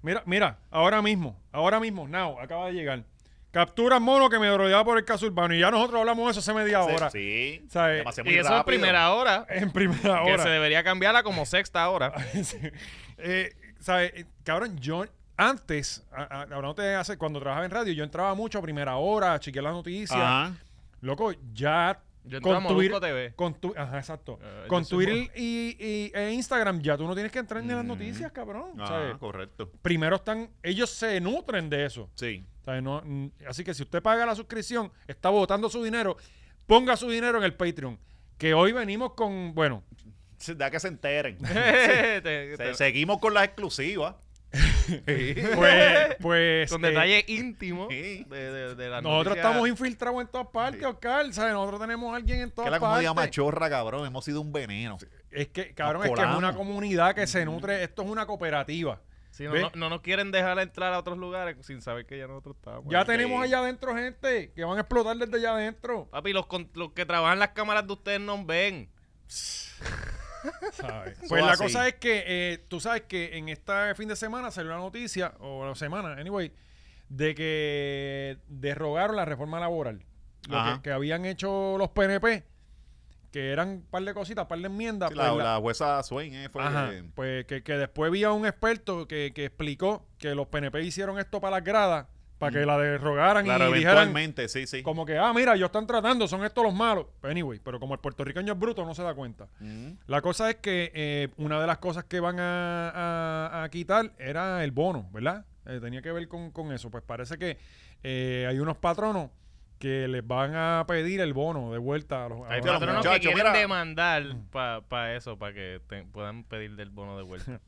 Mira, mira, ahora mismo, ahora mismo, Now, acaba de llegar. Captura mono que me rodeaba por el caso urbano. Y ya nosotros hablamos de eso hace media
por-
hora.
Sí. sí,
¿Sabes?
demasiado
Y
muy
eso es
rápido.
primera hora.
En primera
Que se
hora.
debería cambiarla como
*laughs*
sexta hora.
Sí. *laughs* Eh, ¿Sabes? Eh, Cabrón, yo antes, a- a- hablándote de hace, cuando trabajaba en radio, yo entraba mucho a primera hora, a chequear las noticias.
Ajá.
Loco, ya.
Yo entraba a
construir
Molusco TV.
con tu, ajá, exacto.
Eh, yo
con
soy
Twitter
Molusco.
y, y- e Instagram ya tú no tienes que entrar ni en las
Ujú.
noticias, cabrón.
Ajá,
¿sabes?
Ah, correcto.
Primero están, ellos se nutren de eso.
Sí.
¿Sabe? No, mm, así que si usted paga la suscripción, está botando su dinero, ponga su dinero en el Patreon. Que hoy venimos con, bueno,
Se- Da que
*laughs*
se enteren.
*laughs* Te-
Se-
te-
seguimos con las exclusivas.
*laughs* pues, pues,
con
eh,
detalle íntimo
sí.
de, de, de la
nosotros
noticia.
estamos infiltrados en todas partes, Oscar. ¿sabe? Nosotros tenemos a alguien en
que
todas
la
partes.
comunidad machorra, cabrón. Hemos sido un veneno.
es que, cabrón,
Nos
es que es una
colamos.
comunidad que se nutre. Esto es una cooperativa.
Sí, no,
¿Ves?
no- no nos quieren dejar entrar a otros lugares sin saber que ya nosotros estábamos.
ya
ahí.
tenemos allá adentro gente que van a explotar desde allá adentro.
Papi, los, con- los que trabajan las cámaras de ustedes no ven.
*laughs*
¿sabes?
Eso
Pues la
así.
cosa es que eh, tú sabes que en este fin de semana salió una noticia, o la semana, anyway, de que derrogaron la reforma laboral. Lo
Ajá.
que, que habían hecho los PNP, que eran un par de cositas, un par de enmiendas.
Sí, la,
pues, la-
la jueza Swain eh, fue.
Ajá,
eh,
pues que, que después había un experto que, que explicó que los PNP hicieron esto para las gradas, para que la derrogaran
Mm. claro,
y dijeran
eventualmente, sí, sí.
como que, ah, mira, ellos están tratando, son estos los malos. Anyway, pero como el puertorriqueño es bruto, no se da cuenta.
Ujú.
La cosa es que eh, una de las cosas que van a, a- a quitar era el bono, ¿verdad? Eh, tenía que ver con, con eso. Pues parece que eh, hay unos patronos que les van a pedir el bono de vuelta a los... a
Hay
los-
Pero
patronos que
muchachos,
quieren
mira.
demandar para eso, para que te- puedan pedir del bono
*laughs*
de vuelta.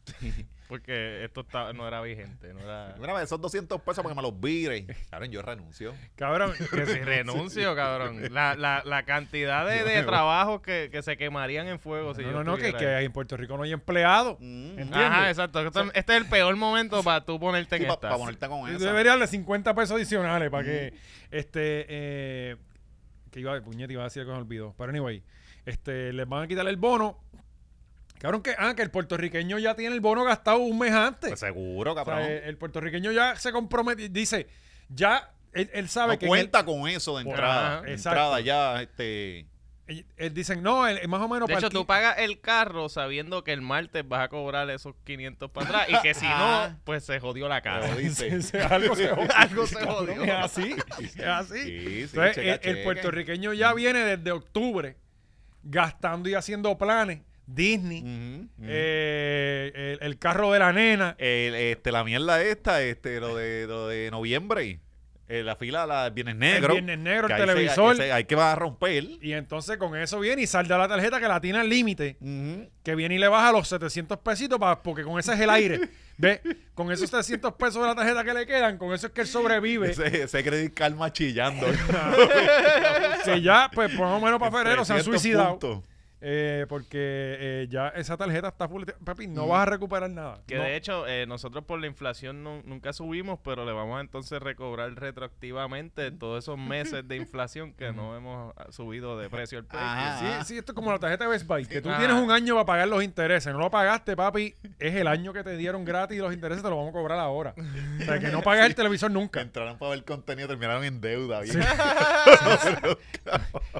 Porque esto está- no era vigente. No era...
Mira, esos 200 pesos para que me los vire. Cabrón,
*laughs*
yo renuncio.
*laughs*
Cabrón,
*laughs* Que si renuncio, cabrón. La, la, la cantidad de, de trabajos que, que se quemarían en fuego. si
no,
yo
no, no, que,
estuviera
que
ahí.
en Puerto Rico no hay empleado.
Mm.
¿Entiendes?
Ajá, exacto. Esto- este es el peor momento para tú ponerte en
para
esta.
ponerte con
Yo
eso.
debería darle 50 pesos adicionales para que este eh, que iba puñete iba a decir que me olvidó pero anyway este les van a quitar el bono cabrón que ah que el puertorriqueño ya tiene el bono gastado un mes antes
Pues seguro,
O sea,
cabrón.
eh, el puertorriqueño ya se compromete dice ya él, él sabe
no
que en el-
cuenta con eso de
Por-
entrada.
Ajá,
De
exacto.
entrada ya, este.
él- él dicen no él- más o menos
De
para
hecho,
el
tú
qui-
pagas el carro sabiendo que el martes vas a cobrar esos 500 para atrás y que si
Ah.
no, pues se jodió la
como
casa.
dice.
Ah, *laughs* Sí, sí, algo
*laughs*
se jodió.
Algo se
Cabrón,
jodió.
es así es así
Sí, sí,
Entonces,
checa,
el, el
checa.
puertorriqueño ya viene desde octubre gastando y haciendo planes. Disney,
Ujú, ujú.
eh, el, el carro de la nena.
El, este, la mierda esta, este, lo de, lo de noviembre. eh, la fila, la Viernes Negro.
El Viernes Negro,
que
el
ahí se-
televisor.
que se- Hay que va a romper.
Y entonces con eso viene y salda la tarjeta que la tiene al límite.
Ujú.
Que viene y le baja los 700 pesitos pa- porque con ese es el aire. *laughs* ¿Ves? Con esos 700 pesos de la tarjeta que le quedan, con eso es que él sobrevive.
*laughs* Ese, ese credit calma chillando.
*laughs*
*laughs*
que ya, pues por lo menos para febrero se han
300
suicidado.
puntos.
Eh, porque eh, ya esa tarjeta está full. de- Papi, no vas a recuperar nada.
Que
No.
de hecho, eh, nosotros por la inflación nu- nunca subimos, pero le vamos a entonces recobrar retroactivamente todos esos meses
*laughs*
de inflación que no hemos ah, subido de precio el precio.
Ajá.
Sí, sí, esto es como la tarjeta de Best Buy, que tú
Ah.
tienes un año para pagar los intereses. No lo pagaste, papi. Es el año que te dieron gratis y los intereses te los vamos a cobrar ahora. O sea, que no pagas el televisor
Que
nunca.
entraron para ver contenido, terminaron en
*laughs*
deuda. bien.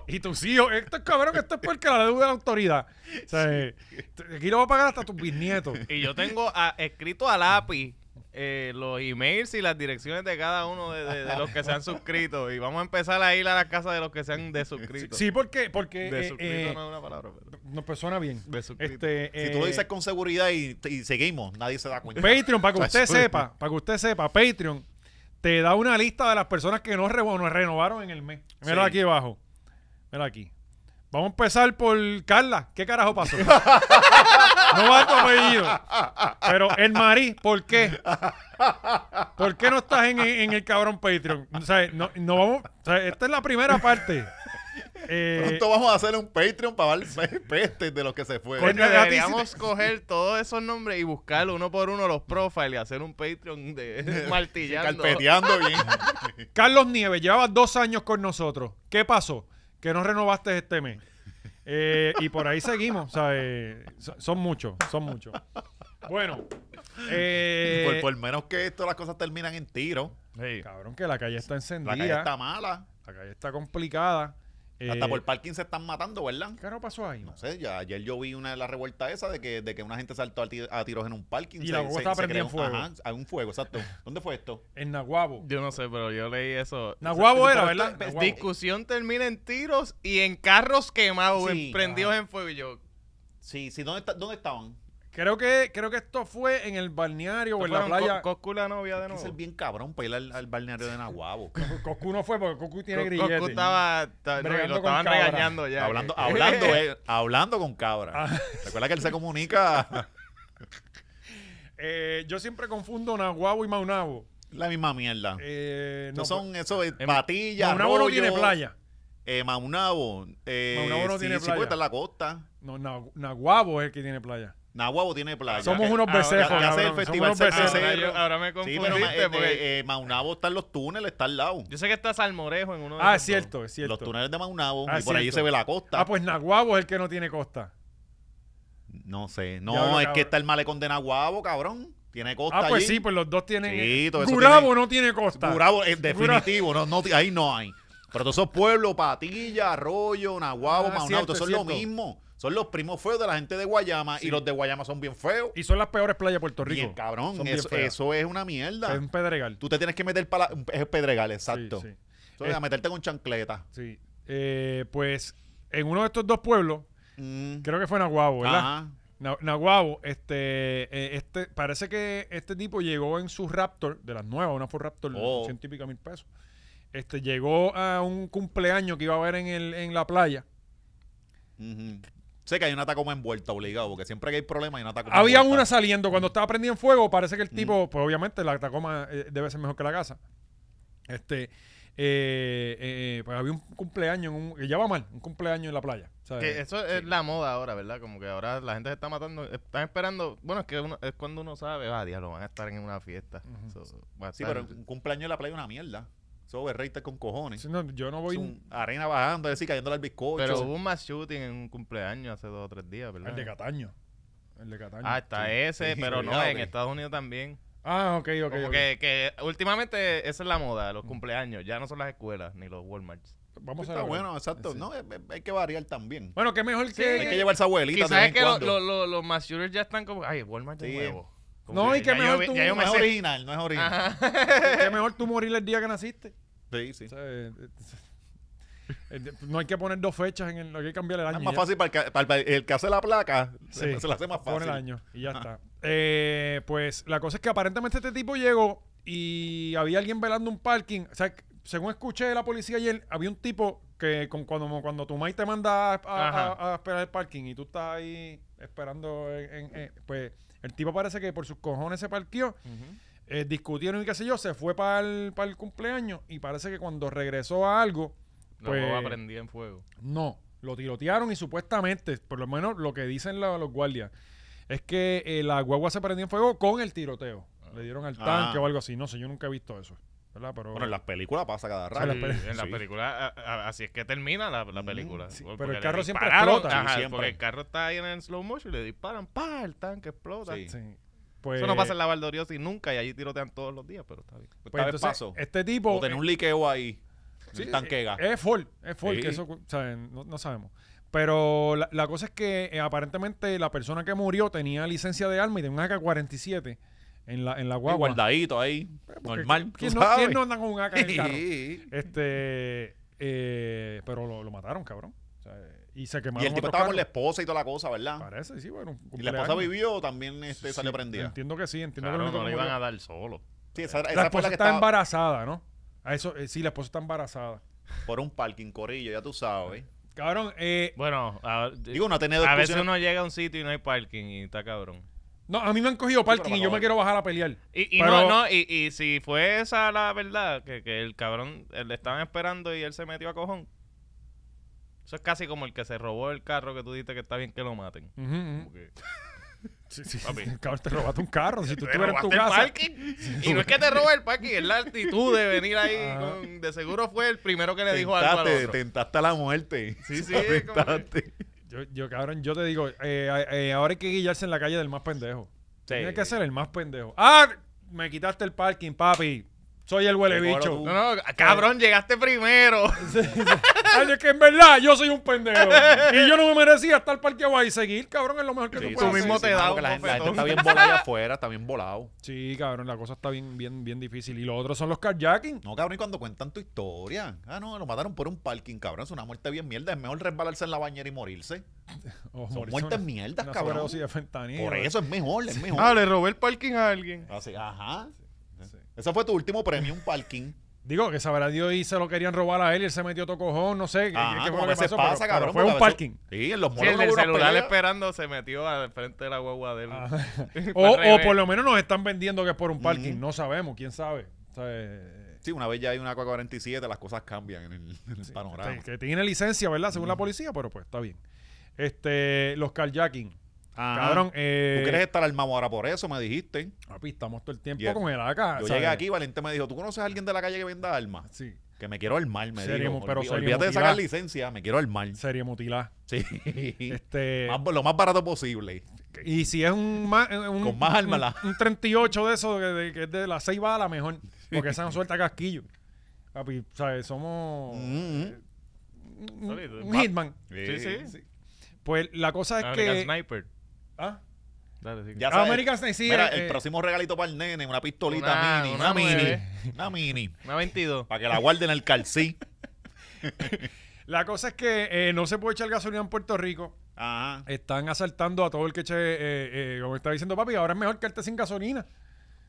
Y tus hijos, esto es cabrón, esto es porque la deuda de la autoridad.
*laughs*
O sea, eh, t- aquí lo va a pagar hasta tus bisnietos.
Y yo tengo ah, a- escrito a lápiz eh, los emails y las direcciones de cada uno de, de- de los que se han suscrito. Y vamos a empezar a ir a las casas de los que se han desuscrito.
Sí, porque, porque eh,
desuscrito
eh,
no es una palabra, pero.
no, pues suena bien.
Desuscrito.
Este,
Si tú lo
eh,
dices con seguridad y, y seguimos, nadie se da cuenta.
Patreon, para que usted
Eso es.
sepa, para que usted sepa, Patreon te da una lista de las personas que no, reno- no renovaron en el mes. Mira
Sí.
aquí abajo. Mira aquí. Vamos a empezar por Carla. ¿Qué carajo pasó?
*laughs*
no va tu apellido. Pero el Marí, ¿por qué? ¿Por qué no estás en, en el cabrón Patreon? O sea, no, no vamos, o sea, esta es la primera parte. Eh,
Pronto vamos a hacer un Patreon para dar pe- pestes de los que se
Coño,
fueron.
Coño,
a ti sí
deberíamos coger todos esos nombres y buscar uno por uno los profiles y hacer un Patreon de
*laughs*
martillando.
Carpeteando bien.
Carlos Nieves, llevabas dos años con nosotros. ¿Qué pasó? Que no renovaste este mes. Eh, y por ahí seguimos. o sea, eh, so- son muchos, son muchos. Bueno. eh,
por, por menos que esto las cosas terminan en tiro.
Sí.
Cabrón, que la calle está encendida.
La calle está mala.
complicada. Eh,
Hasta por parking se están matando, ¿verdad?
¿Qué no pasó ahí?
No sé, ya ayer yo vi una de las revueltas esa de que, de que una gente saltó a, ti- a tiros en un parking.
Y la boca estaba prendida
creó-
en fuego.
Ajá, a un fuego, exacto. ¿Dónde fue esto?
En Naguabo.
Yo no sé, pero yo leí eso.
Naguabo era,
pero
¿verdad?
esto-
Naguabo.
Discusión termina en tiros y en carros quemados,
Sí,
en- prendidos en fuego. Y yo,
Sí, sí, ¿dónde, está- dónde estaban?
Creo que, creo que esto fue en el balneario o Pues en la
fueron
playa.
Co- Coscu la novia de
Hay que ser
nuevo.
bien cabrón para ir al, al balneario de
*laughs*
Nahuabo.
Coscu no fue porque Coscu tiene
Co-
grillete.
Coscu estaba, estaba- no, y
Bregando
lo
con
estaban
cabra.
regañando ya.
hablando,
que-
*laughs*
hablando,
*laughs*
eh, hablando con cabra.
Ah.
Recuerda que él se comunica *laughs*
Eh, yo siempre confundo Naguabo y Maunabo.
la misma mierda.
Eh,
no
no,
son eso, eh,
Em-
patillas,
Maunabo no
rollos,
tiene playa.
Eh, Maunabo. Eh,
Maunabo no
sí,
tiene
sí,
playa.
porque está en la costa.
No, Nagu- Naguabo es el que tiene playa.
Nahuabo tiene playa.
Somos
Que-
unos
ahora-
becejos.
que hace el
cabrón, somos
festival
unos Ah,
cervecero.
becejos.
Ahora, yo- ahora me
Sí,
confundiste
pero ma- eh,
porque
eh, Maunabo está en los túneles, está al lado.
yo sé que está Salmorejo en uno de
Ah, es
esos
cierto, es
Los
cierto.
túneles de Maunabo.
Ah,
y por allí
cierto.
se ve la costa.
Ah, pues Naguabo es el que no tiene costa. Ah,
No sé. No,
Diablo,
es
cabrón.
que está el malecón de Nahuabo, cabrón. Tiene costa
Ah, pues
allí.
sí, pues los dos tienen.
Sí, todo eso
Gurabo
tiene-
no tiene costa.
Gurabo, es eh, definitivo, no, no, ahí no hay. Pero todos esos pueblos, Patilla, Arroyo, Nahuabo,
Ah,
Maunabo,
cierto,
todos son
cierto.
lo mismo. Son los primos feos de la gente de Guayama y los de Guayama son bien feos.
Y son las peores playas de Puerto Rico.
Bien, cabrón,
Son bien
eso,
feas.
eso es una mierda.
Es un pedregal.
Tú te tienes que meter para es pedregal, exacto.
Sí, sí.
Entonces,
Eh,
a meterte con chancleta.
sí. Eh, pues en uno de estos dos pueblos,
Mm.
creo que fue Naguabo, ¿verdad?
Ajá.
Na- Naguabo, este, eh, este, parece que este tipo llegó en su Raptor, de las nuevas, una Ford Raptor
Oh.
de ciento y pico mil pesos. Este, llegó a un cumpleaños que iba a haber en, el, en la playa.
Ujú. Sé que hay una tacoma envuelta obligado, porque siempre que hay problemas hay una tacoma
Había
envuelta.
una saliendo cuando estaba prendido en fuego. Parece que el
Mm.
tipo, pues obviamente la Tacoma eh, debe ser mejor que la casa. Este, eh, eh, pues había un cumpleaños, en un, que ya va mal, un cumpleaños en la playa. ¿sabes?
Que eso es la moda ahora, ¿verdad? Como que ahora la gente se está matando. Están esperando. Bueno, es que uno- es cuando uno sabe, ah, diablo, van a estar en una fiesta. So, va a
Sí,
estar-
pero un cumpleaños en la playa es una mierda. Eso berreita con cojones.
Sí, no, yo no voy
Es un- arena bajando, así cayéndole al bizcocho.
pero hubo un mass shooting en un cumpleaños hace dos o tres días, ¿verdad?
al de Cataño. El de Cataño.
Ah, está
Sí.
ese,
Sí,
pero no,
obligado,
en
ok.
Estados Unidos también.
Ah, ok, ok.
Como
ok.
que- Que, últimamente esa es la moda, los cumpleaños. Ya no son las escuelas ni los Walmarts.
Vamos
Sí,
a
está
ver.
bueno, exacto. No, es- es- hay que variar también.
Bueno, eh, qué mejor que.
hay que llevarse abuelita de
Quizás
vez
es
en
que lo-
cuando.
lo- lo- los mass shooters ya están como, ay, Walmart de
Sí.
nuevo. Como
No, y que
ya
mejor
yo,
tú-
ya yo
no
me
es
sé-
original, no es original.
qué mejor tú morir el día que naciste.
Sí, sí.
O sea, eh, eh, no hay que poner dos fechas en el. Hay que cambiar el año.
Es
y
más
ya.
fácil para el que, para el que hace la placa, se,
Sí.
se la hace más
Pone
fácil.
el año y ya está. Eh, pues la cosa es que aparentemente este tipo llegó y había alguien velando un parking. O sea, según escuché de la policía ayer, había un tipo que con, cuando, cuando tu maíz te manda a, a-
Ajá.
a- a esperar el parking y tú estás ahí esperando, en- en- eh, pues el tipo parece que por sus cojones se parqueó. eh, discutieron y qué sé yo, se fue para el, para el cumpleaños y parece que cuando regresó a algo,
Lo
pues
aprendí en fuego.
no, lo tirotearon y supuestamente, por lo menos lo que dicen la- los guardias, es que eh, la guagua se prendió en fuego con el tiroteo. Le dieron al tanque
Ah.
o algo así. No sé, yo nunca he visto eso. ¿Verdad? Pero,
Bueno, en las películas pasa cada
Sí,
rato.
las ah, peli-
en la
Sí.
película, a- a- así es que termina la, la película.
sí,
Porque
pero el
le
carro siempre
dispararon,
explota.
ajá,
Sí, siempre.
Porque el carro está ahí en el slow motion y le disparan, pa El tanque explota.
Sí.
sí. Pues,
Eso no pasa en la Valdoriosi nunca y allí tirotean todos los días, pero está bien.
Pues
pues,
está de
entonces,
paso.
este
O
tipo
tener un liqueo ahí. un tanquega.
es Ford, es Ford,
Sí.
que eso o sea, no, no sabemos. Pero la, la cosa es que eh, aparentemente la persona que murió tenía licencia de arma y tenía una AK-47 en la, en la
Ahí
guagua. Pues,
Guardadito ahí,
Porque
normal.
¿Quién
tú
no, quién
sabes.
no anda con un AK en el carro?
Sí.
Este, eh, pero lo, lo mataron, cabrón. O sea, eh, y se quemaron
Y el tipo
otros
estaba con la
carros.
esposa y toda la cosa, ¿verdad?
Parece, sí, bueno. un
Y la esposa
cumpleaños.
vivió, también este, salió
Sí,
prendida.
Entiendo que sí, entiendo
Claro,
que lo único
no le
que
iban
murió-
a dar solo.
Sí, esa,
La
esa fue
esposa
la que
está
estaba
embarazada, ¿no? A eso, eh, sí, la esposa está embarazada.
por un parking, corillo, ya tú sabes.
Cabrón, eh,
Bueno, a,
Digo, no ha tenido
a veces
discusiones-
uno llega a un sitio y no hay parking y está cabrón.
no, a mí me han cogido parking y yo me
acabar.
quiero bajar a pelear.
Y, y
Pero-
no, no, y, y si fue esa la verdad, que, que el cabrón eh, le estaban esperando y él se metió a cojón. Eso es casi como el que se robó el carro que tú dijiste que está bien que lo maten.
Ujú, ujú.
Como que,
Sí, sí, cabrón, te robaste un carro. Si tú estuvieras en tu
robaste el
casa.
parking. Y no es que te robe el parking, es la actitud de venir ahí. con- de seguro fue el primero que le dijo algo al
Tentaste,
otro.
tentaste a la muerte. *laughs*
Sí, sí, como que-
Tentaste.
Yo, yo, cabrón, yo te digo, eh, eh, ahora hay que guillarse en la calle del más pendejo.
Sí.
Tiene que ser el más pendejo. ¡Ah! Me quitaste el parking, papi. Soy el huele
Te cobro
bicho.
tú.
No, no, cabrón, llegaste primero.
*laughs* Ay, es que en verdad yo soy un pendejo. Y yo no me merecía estar parqueado ahí. Seguir, cabrón, es lo mejor que
Sí,
tú
sí,
puedes
tú
sí,
hacer.
mismo
sí,
te
mano,
da
porque
un
la, gente, la gente está
bofetón.
bien volada
*laughs*
allá afuera, está bien volado.
Sí, cabrón, la cosa está bien, bien, bien difícil. Y lo otro son los carjacking.
No, cabrón, y cuando cuentan tu historia. Ah, no, lo mataron por un parking, cabrón. Es una muerte bien mierda. Es mejor resbalarse en la bañera y morirse.
Oh,
Son
morirse
muertes
una-
mierdas,
una
cabrón.
sobredosis de fentanilo.
Por eso es
*laughs*
mejor, es mejor.
Ah, le robé el parking a alguien.
Así, Ah, ajá.
Sí.
Ese fue tu último premio,
*laughs*
un parking.
Digo, que sabrá Dios y se lo querían robar a él y él se metió todo cojón, no sé. qué-
Ajá,
qué fue
como
lo que
que se
pasó,
pasa,
pero- pero
cabrón.
Fue
porque
un
a veces-
parking.
*laughs* Sí, en los
Sí,
moros
el
no
del
hubo una
celular
pelea.
esperando se metió al frente de la guagua de él. *laughs*
O,
Fue al
o
revés.
por lo menos nos están vendiendo que es por un parking.
Ujú.
No sabemos, quién sabe. O sea, eh,
Sí, una vez ya hay una K-47, las cosas cambian en el, en el panorama.
este, que tiene licencia, ¿verdad? Según la policía, pero pues está bien. Este, los carjacking.
Ajá.
Cabrón,
¿Tú
eh,
quieres estar armado ahora por eso? Me dijiste.
papi, estamos todo el tiempo
Yeah.
con el AK.
Yo
¿sabes?
llegué aquí, Valente me dijo, ¿tú conoces a alguien de la calle que venda armas?
Sí.
Que me quiero armar, me
Sería
dijo.
mu- pero
Olví-
sería
Olvídate de sacar
motivar.
licencia, me quiero armar.
Serie mutilada.
Sí.
Este, eh,
Más- lo más barato posible.
y si es un, ma- eh, un-
Con más armas, la-
un, un 38 de esos, que, de- que es de las 6 balas, mejor. Porque esa no suelta casquillo. Papi, ¿sabes? Somos
Mm,
un,
Sólido.
un hitman.
Sí, sí.
Pues la cosa es
American
que.
Sniper.
¿ah,
Dale, sigue.
Ya sabes.
American Sniper, sí,
Mira,
eh,
el próximo regalito para el nene, una pistolita
una-
mini,
una
una, mini,
nueve.
una mini,
Una 22.
para que la guarden en el calcí.
La cosa es que eh, no se puede echar gasolina en Puerto Rico.
Ajá.
Están asaltando a todo el que eche, eh, eh, como está diciendo papi, ahora es mejor quedarte sin gasolina.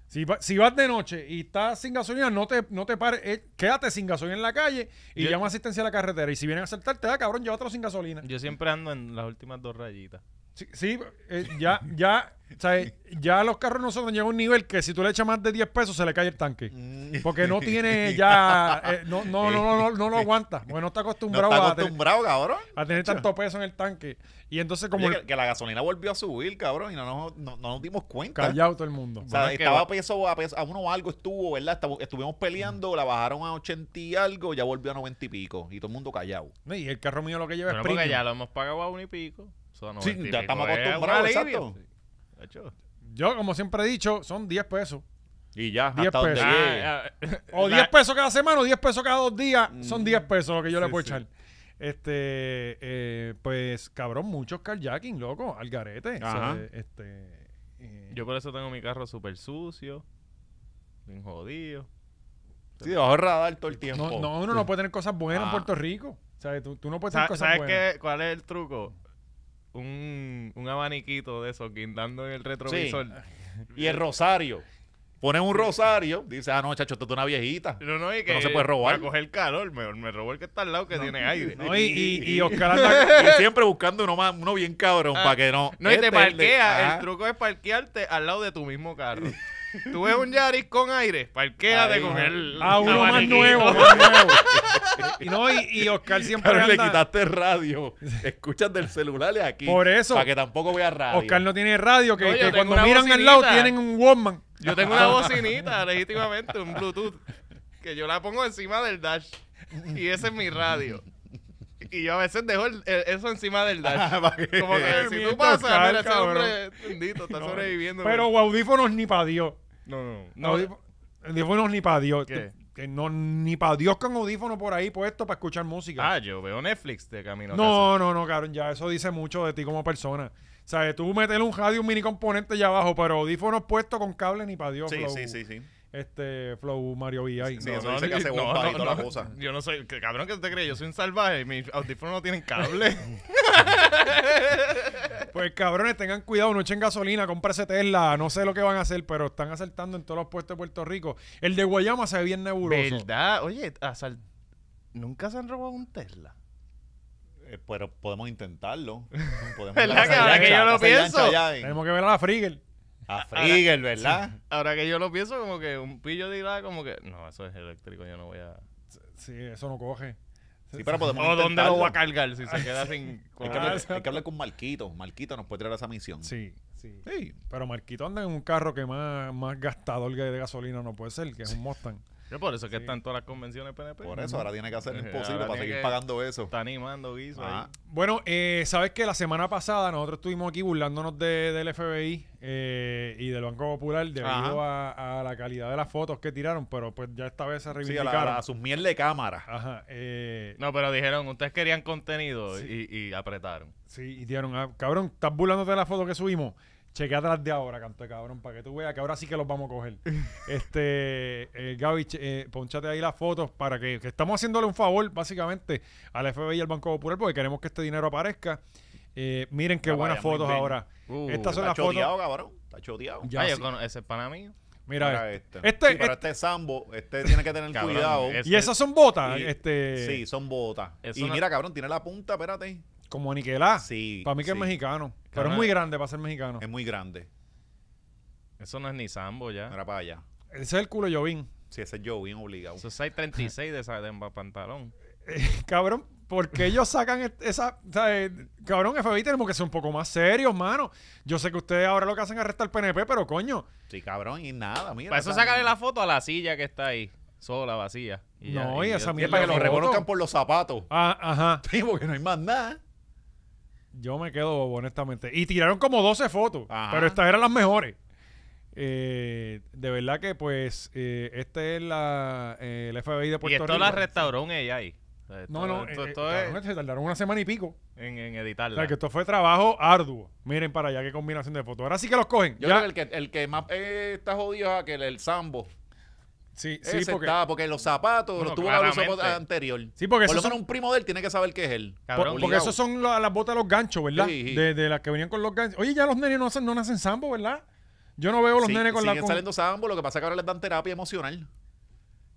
Si, va- si vas de noche y estás sin gasolina, no te, no te pares, eh, quédate sin gasolina en la calle y
Yo-
llama a asistencia a la carretera. Y si vienen a asaltarte, ah, cabrón, llévatelo sin gasolina.
Yo siempre ando en las últimas dos rayitas.
Sí, sí, eh, ya, ya, o sea, eh, ya los carros nosotros llegan a un nivel que si tú le echas más de 10 pesos se le cae el tanque.
Mm.
Porque no
*laughs*
tiene ya, eh, no, no, no, no, no, no lo aguanta, porque no está
No
acostumbrado,
está
a tener-
acostumbrado, cabrón.
a tener tanto peso en el tanque. Y entonces como
Oye,
el-
que, que la gasolina volvió a subir, cabrón, y no nos, no- no nos dimos cuenta.
callado todo el mundo.
O sea,
Bueno, es que
estaba
va-
a peso, a peso, a uno algo estuvo, ¿verdad? Estu- estuvimos peleando, la bajaron a 80 y algo, ya volvió a 90 y pico, y todo el mundo callado.
No, Y el carro mío lo que lleva
Bueno,
es
porque
premium.
ya lo hemos pagado a un y pico. Eso no
Sí,
es
ya
típico,
estamos
es un
acostumbrados,
alivio.
exacto.
Sí. Hecho.
Yo, como siempre he dicho, son 10 pesos.
Y ya,
10
hasta donde
pesos.
llegue.
Ah, ah, *laughs*
O
la-
10 pesos cada semana o 10 pesos cada dos días. Son
Mm.
10 pesos lo que yo le puedo echar. Este, eh, pues, cabrón, muchos carjacking, loco, al garete. O sea,
Ajá.
este, eh,
Yo por eso tengo mi carro súper sucio. Bien jodido.
Sí, debajo del radar todo el tiempo.
no, no, uno no puede tener cosas buenas en
Ah.
Puerto Rico. O sea, tú, tú no puedes tener
Sa-
cosas
¿Sabes
buenas.
qué, cuál es el truco? Un, un abaniquito de esos guindando en el retrovisor.
Y el rosario. Ponen un rosario, dice, ah, no, chacho, esto es una
*laughs*
viejita.
No, no, y
Que
que
no se puede robar.
Para coger calor, me, me robó el que está al lado que tiene aire.
No, y, y, y Oscar
*laughs*
anda-
Y siempre buscando uno más, uno bien cabrón,
Ah,
para que no.
No, y
Este
te
es de-
parquea.
Ajá.
El truco es parquearte al lado de tu mismo carro. *laughs* Tú ves un Yaris con aire, parquéate
Ahí.
con el.
a uno más
abaniquito.
nuevo,
*laughs*
más nuevo. Y no, y, y Oscar siempre
Pero le
anda-
quitaste el radio. Escuchas del celular y aquí.
Por eso.
Para que tampoco vea radio.
Oscar no tiene radio, que,
No, yo
que
tengo
cuando
una
miran al lado
bocinita.
tienen un Walkman.
Yo
*laughs*
tengo una *laughs* bocinita, legítimamente, un Bluetooth, que yo la pongo encima del dash. Y ese es mi radio. Y yo a veces dejo el- el- eso encima del
*laughs*
dash.
Pa' que-
Como que si
Miento,
tú pasas,
Oscar,
mira, ese
cabrón.
hombre bendito está sobreviviendo.
Pero audífonos ni para Dios.
no, no, no.
Audífo- Audífonos ni para Dios.
¿Qué?
Que no, ni para Dios con audífonos por ahí puesto para
Ah,
escuchar música.
Ah, yo veo Netflix de camino. a
no, no, no, cabrón. Ya eso dice mucho de ti como persona. ¿Sabes? Tú meterle un radio, un mini componente allá abajo, pero audífonos puestos con cable ni para Dios.
Sí,
Flow.
sí, sí, sí.
Este, Flow Mario VI.
Sí, eso dice que hace bomba y toda la cosa.
Yo no soy, que, cabrón, que te crees, yo soy un salvaje, mis audífonos no
*laughs*
tienen cable.
Pues cabrones, tengan cuidado, no echen gasolina, cómprese Tesla, no sé lo que van a hacer, pero están asaltando en todos los puestos de Puerto Rico. El de Guayama se ve bien nebuloso.
¿Verdad? Oye, asal- nunca se han robado un Tesla.
Eh, pero podemos intentarlo. Podemos
¿Verdad
lanzar
que ahora
lancha,
que yo lo
hacer lancha
pienso?
allá en-
Tenemos que ver a la Frigel.
A Frigel, ¿verdad?
Ahora que yo lo pienso, como que un pillo dirá como que, no, eso es eléctrico, yo no voy a...
Sí, eso no coge.
Sí, pero podemos
O dónde lo
intentarlo.
voy a cargar si se queda sin...
Hay que, hablar, hay que hablar con Marquito. Marquito nos puede traer esa misión.
Sí, sí. Sí, pero Marquito anda en un carro que más, más gastador que de gasolina no puede ser, que es un Mustang.
Yo por eso es que están todas las convenciones PNP.
Por eso ahora tiene que hacer
Ajá,
imposible
Eh,
para
ahora tiene
seguir
que-
pagando eso. Ah.
Está animando guiso
Ajá.
Bueno, eh, sabes que la semana pasada nosotros estuvimos aquí burlándonos de- del FBI eh, y del Banco Popular debido a, a la calidad de las fotos que tiraron, pero pues ya esta vez se
Sí, a,
reivindicaron.
la, a sus miel de cámara.
Ah,
Ajá, eh,
ahí. No, pero dijeron, ustedes querían contenido y, y apretaron.
Sí, y dieron, ah, cabrón, estás burlándote de la foto que subimos. Chequea atrás de ahora, canto de cabrón, para que tú veas que ahora sí que los vamos a coger. este, eh, Gaby, che- eh, ponchate ahí las fotos para que, que estamos haciéndole un favor, básicamente, al FBI y al Banco Popular, porque queremos que este dinero aparezca. Eh, miren qué
Ah,
buenas
vaya, muy
fotos
bien.
ahora.
Uh,
Estas son
Está
las
choteado,
fotos.
cabrón. Está choteado.
Ya,
Ah, yo
sí.
cono- ese es pana mío.
Mira,
Mira
este.
este.
Este,
Sí, pero este es Sambo. Este tiene que tener
Cabrón,
cuidado.
es-
Y esas son botas,
Y-
este,
Sí, son botas.
Eso
Y
no-
mira, cabrón, tiene la punta, espérate.
como aniqueladas.
Sí,
para Ah, mí que
sí. Em,
es mexicano. Pero
Cabrón.
es muy grande para ser mexicano.
Es muy grande.
Eso no es ni Sambo
Ah.
ya.
Mira para allá.
Ese es el culo de Jovín.
Sí, ese es yo, bien obligado.
Eso es 636 de, esa, de Mba pantalón.
Cabrón, ¿por qué ellos sacan est- esa... o sea, eh, cabrón, FBI tenemos que ser un poco más serios, mano. Yo sé que ustedes ahora lo que hacen es arrestar PNP, pero coño.
Sí, cabrón, y nada, mira.
Para eso
está-
sacarle la foto a la silla que está ahí, sola, vacía. ya,
No, y esa
yo-
Y es para que
la
lo
foto.
reconozcan por los zapatos.
Ah, ajá.
*laughs* Sí, porque no hay más nada.
Yo me quedo bobo, honestamente. Y tiraron como 12 fotos,
Ajá.
pero estas eran las mejores. Eh, de verdad que, pues, eh, este es la, eh, el FBI de
Y
Puerto
esto
Rico.
la restauró un ella ahí. O sea, esto-
No, no,
Esto,
eh,
esto
eh,
es
cabrón, se tardaron una semana y pico.
en, en
O
editarla.
sea, que esto fue trabajo arduo. Miren para allá qué combinación de fotos. Ahora sí que los cogen.
Yo
Ya.
creo que el que, el que más eh, está jodido es aquel, el Sambo.
Sí,
Ese
sí, porque...
está, porque los zapatos
Bueno,
los tuvo la blusa
claramente.
anterior.
Sí, porque
por lo
esos son-
menos un primo de él tiene que saber que es él.
Por-
Cabrón,
porque
obligado.
esos son la- las botas de los ganchos, ¿verdad?
Sí, sí.
De, de las que venían con los ganchos. Oye, ya los nenes no, hacen- no nacen sambo, ¿verdad? Yo no veo los
Sí,
nenes con la
siguen
con-
saliendo ambos, lo que pasa es que ahora les dan terapia emocional.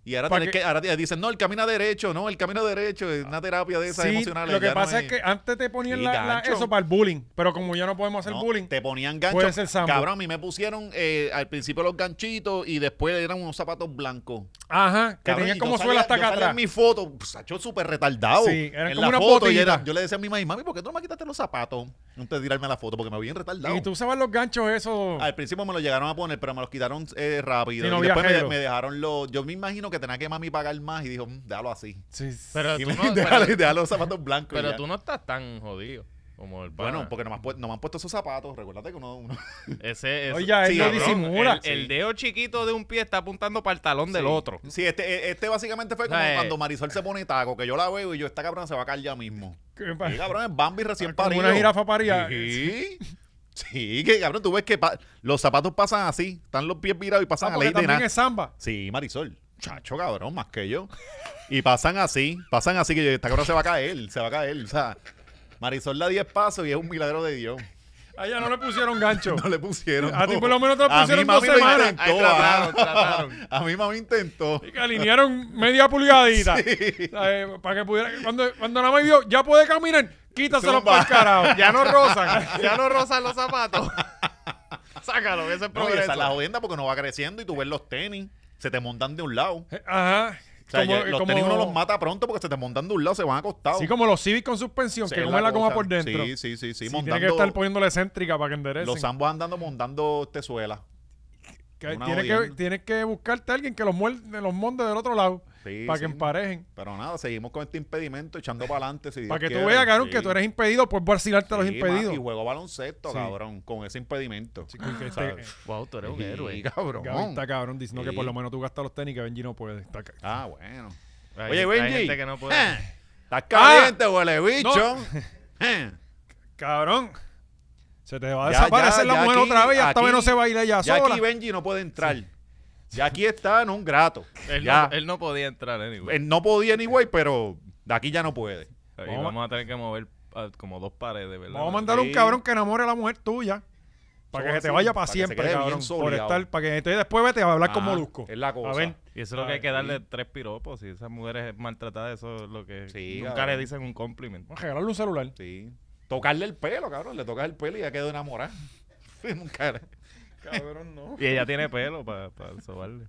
Y ahora,
Pa'
tienen
que-
que- ahora dicen, no, el camino derecho, no, el camino derecho, es una terapia de esas
Sí,
emocionales.
lo que
ya no
pasa es que antes te ponían
Sí,
la- la-
gancho.
eso para el bullying, pero como ya no podemos hacer
No,
bullying,
Te ponían ganchos.
Puede ser sambo.
Cabrón, a mí me pusieron eh, al principio los ganchitos y después eran unos zapatos blancos.
ajá, que
Cabrón,
tenían
y
como
yo
suela
salía-
hasta
yo
acá
salía
atrás.
en mi foto, pues, hecho súper retardado.
Sí, eran
en
como
la
una
foto, y
botita.
era- yo le decía a mi mami, mami, ¿por qué tú no me quitaste los zapatos? Antes de tirarme la foto, porque me voy bien retardado.
Y tú usabas los ganchos eso.
Al principio me lo llegaron a poner, pero me los quitaron eh, rápido.
Sí, no
y
había
después me,
arreglo.
me dejaron los. Yo me imagino que tenía que mami pagar más y dijo, "Mm, déjalo así.
Sí, sí.
Pero
Y
tú
me *laughs*
no-
déjalo-
pero-
déjalo los zapatos blancos. y
Pero
ya.
tú no estás tan jodido como el pana.
Bueno, porque no me, han pu- no me han puesto esos zapatos. Recuérdate que uno.
*laughs*
uno-
Ese es.
Oye, ya él
sí,
lo
cabrón,
disimula.
El, el dedo chiquito de un pie está apuntando para el talón del
*laughs*
otro.
Sí, este, eh, este básicamente fue como
O sea, eh,
cuando Marisol se pone taco, que yo la veo y yo, esta cabrona se va a caer
*laughs*
ya mismo.
*laughs* Que pa- Ah,
Y cabrón, es Bambi recién
Como
parido.
una jirafa parida.
Sí. Sí, que cabrón, tú ves que pa- los zapatos pasan así, están los pies virados y
Ah,
pasan a
porque
la ley de
también
nada.
es samba.
Sí, Marisol. Chacho, cabrón, más que yo. Y pasan así, pasan así que yo, esta cabrón se va a caer, se va a caer. O sea, Marisol da 10 pasos y es un milagro de Dios.
Allá no le pusieron gancho.
*laughs* No le pusieron.
A ti
no.
por lo menos te lo
A mí
pusieron dos
mami lo
semanas.
intentó,
Ahí trataron,
ah.
trataron.
A mí mami intentó.
Que alinearon media
*laughs*
pulgadita. ¿Sabes? Para que pudiera. Cuando, cuando nada más vio, ya puede caminar, quítaselo
Zumba.
para el
*laughs*
carajo.
Ya no
*laughs*
rozan, ya no rozan los zapatos. Sácalo, que ese es
No, y esa es la
progreso.
jodienda porque no va creciendo y tú ves los tenis, se te montan de un lado.
Eh, Ajá.
O sea,
Como-
ya- los
como-
tenis uno los mata pronto porque se te montan de un lado, se van acostados.
Sí, como los Civic con suspensión,
Sí,
que
es
comen la goma
cosa.
por dentro.
Sí, sí, sí,
Sí,
sí. montando,
tiene que estar poniéndole excéntrica para que enderecen.
los ambos andando montando tezuela.
Que
una
tienes, que,
jodienda.
tienes que buscarte a alguien que los, muer- de los monde del otro lado
Sí,
para
sí.
que emparejen.
Pero nada, seguimos con este impedimento, echando para adelante. Si Dios
Para que tú
quiere.
veas, cabrón,
Sí.
que tú eres impedido, puedes vacilarte a los
Sí, ma,
impedidos.
Y juego baloncesto,
Sí.
cabrón, con ese impedimento.
Sí, que- que este-
¿sabes?
Wow, tú eres un
Sí,
héroe.
Ah, cabrón. Ah,
Gaby está cabrón diciendo que
Sí.
por lo menos tú gastas los tenis que Benji no puede. Está ca- Ah.
Ah, bueno.
Hay-
Oye,
hay
Benji. Ah,
gente que no puede.
*laughs* Ah. ¿Estás caliente, huele bicho?
Cabrón. Se te va a
Ya,
desaparecer la
ya, ya
mujer
aquí-
otra vez y hasta
aquí-
no se baila ella
Ya
sola.
aquí Benji no puede entrar. Ya aquí está en un grato.
*laughs* Él,
ya.
No, él no podía entrar, anyway.
Él no podía ni güey, pero de aquí ya no puede.
Y
Vamos a-
vamos a tener que mover ah, como dos paredes, ¿verdad?
Vamos a mandar un
Sí.
cabrón que enamore a la mujer tuya. Para que
Eso
se te
así,
vaya para
para que se
siempre,
quede bien
cabrón. Por
soleado.
estar, para que entonces después vete a hablar con
Ajá,
Molusco.
es la cosa.
A ver,
Y eso es lo que hay que
Ay,
darle tres piropos. Y esas mujeres maltratadas, eso es lo que.
Sí,
nunca
cabrón.
le dicen un compliment.
vamos a regalarle un celular. *laughs*
Sí. Tocarle el pelo, cabrón. Le tocas el pelo y ya quedó enamorada. *laughs* Nunca. le-
Cabrón, no.
Y ella tiene pelo para sobarle.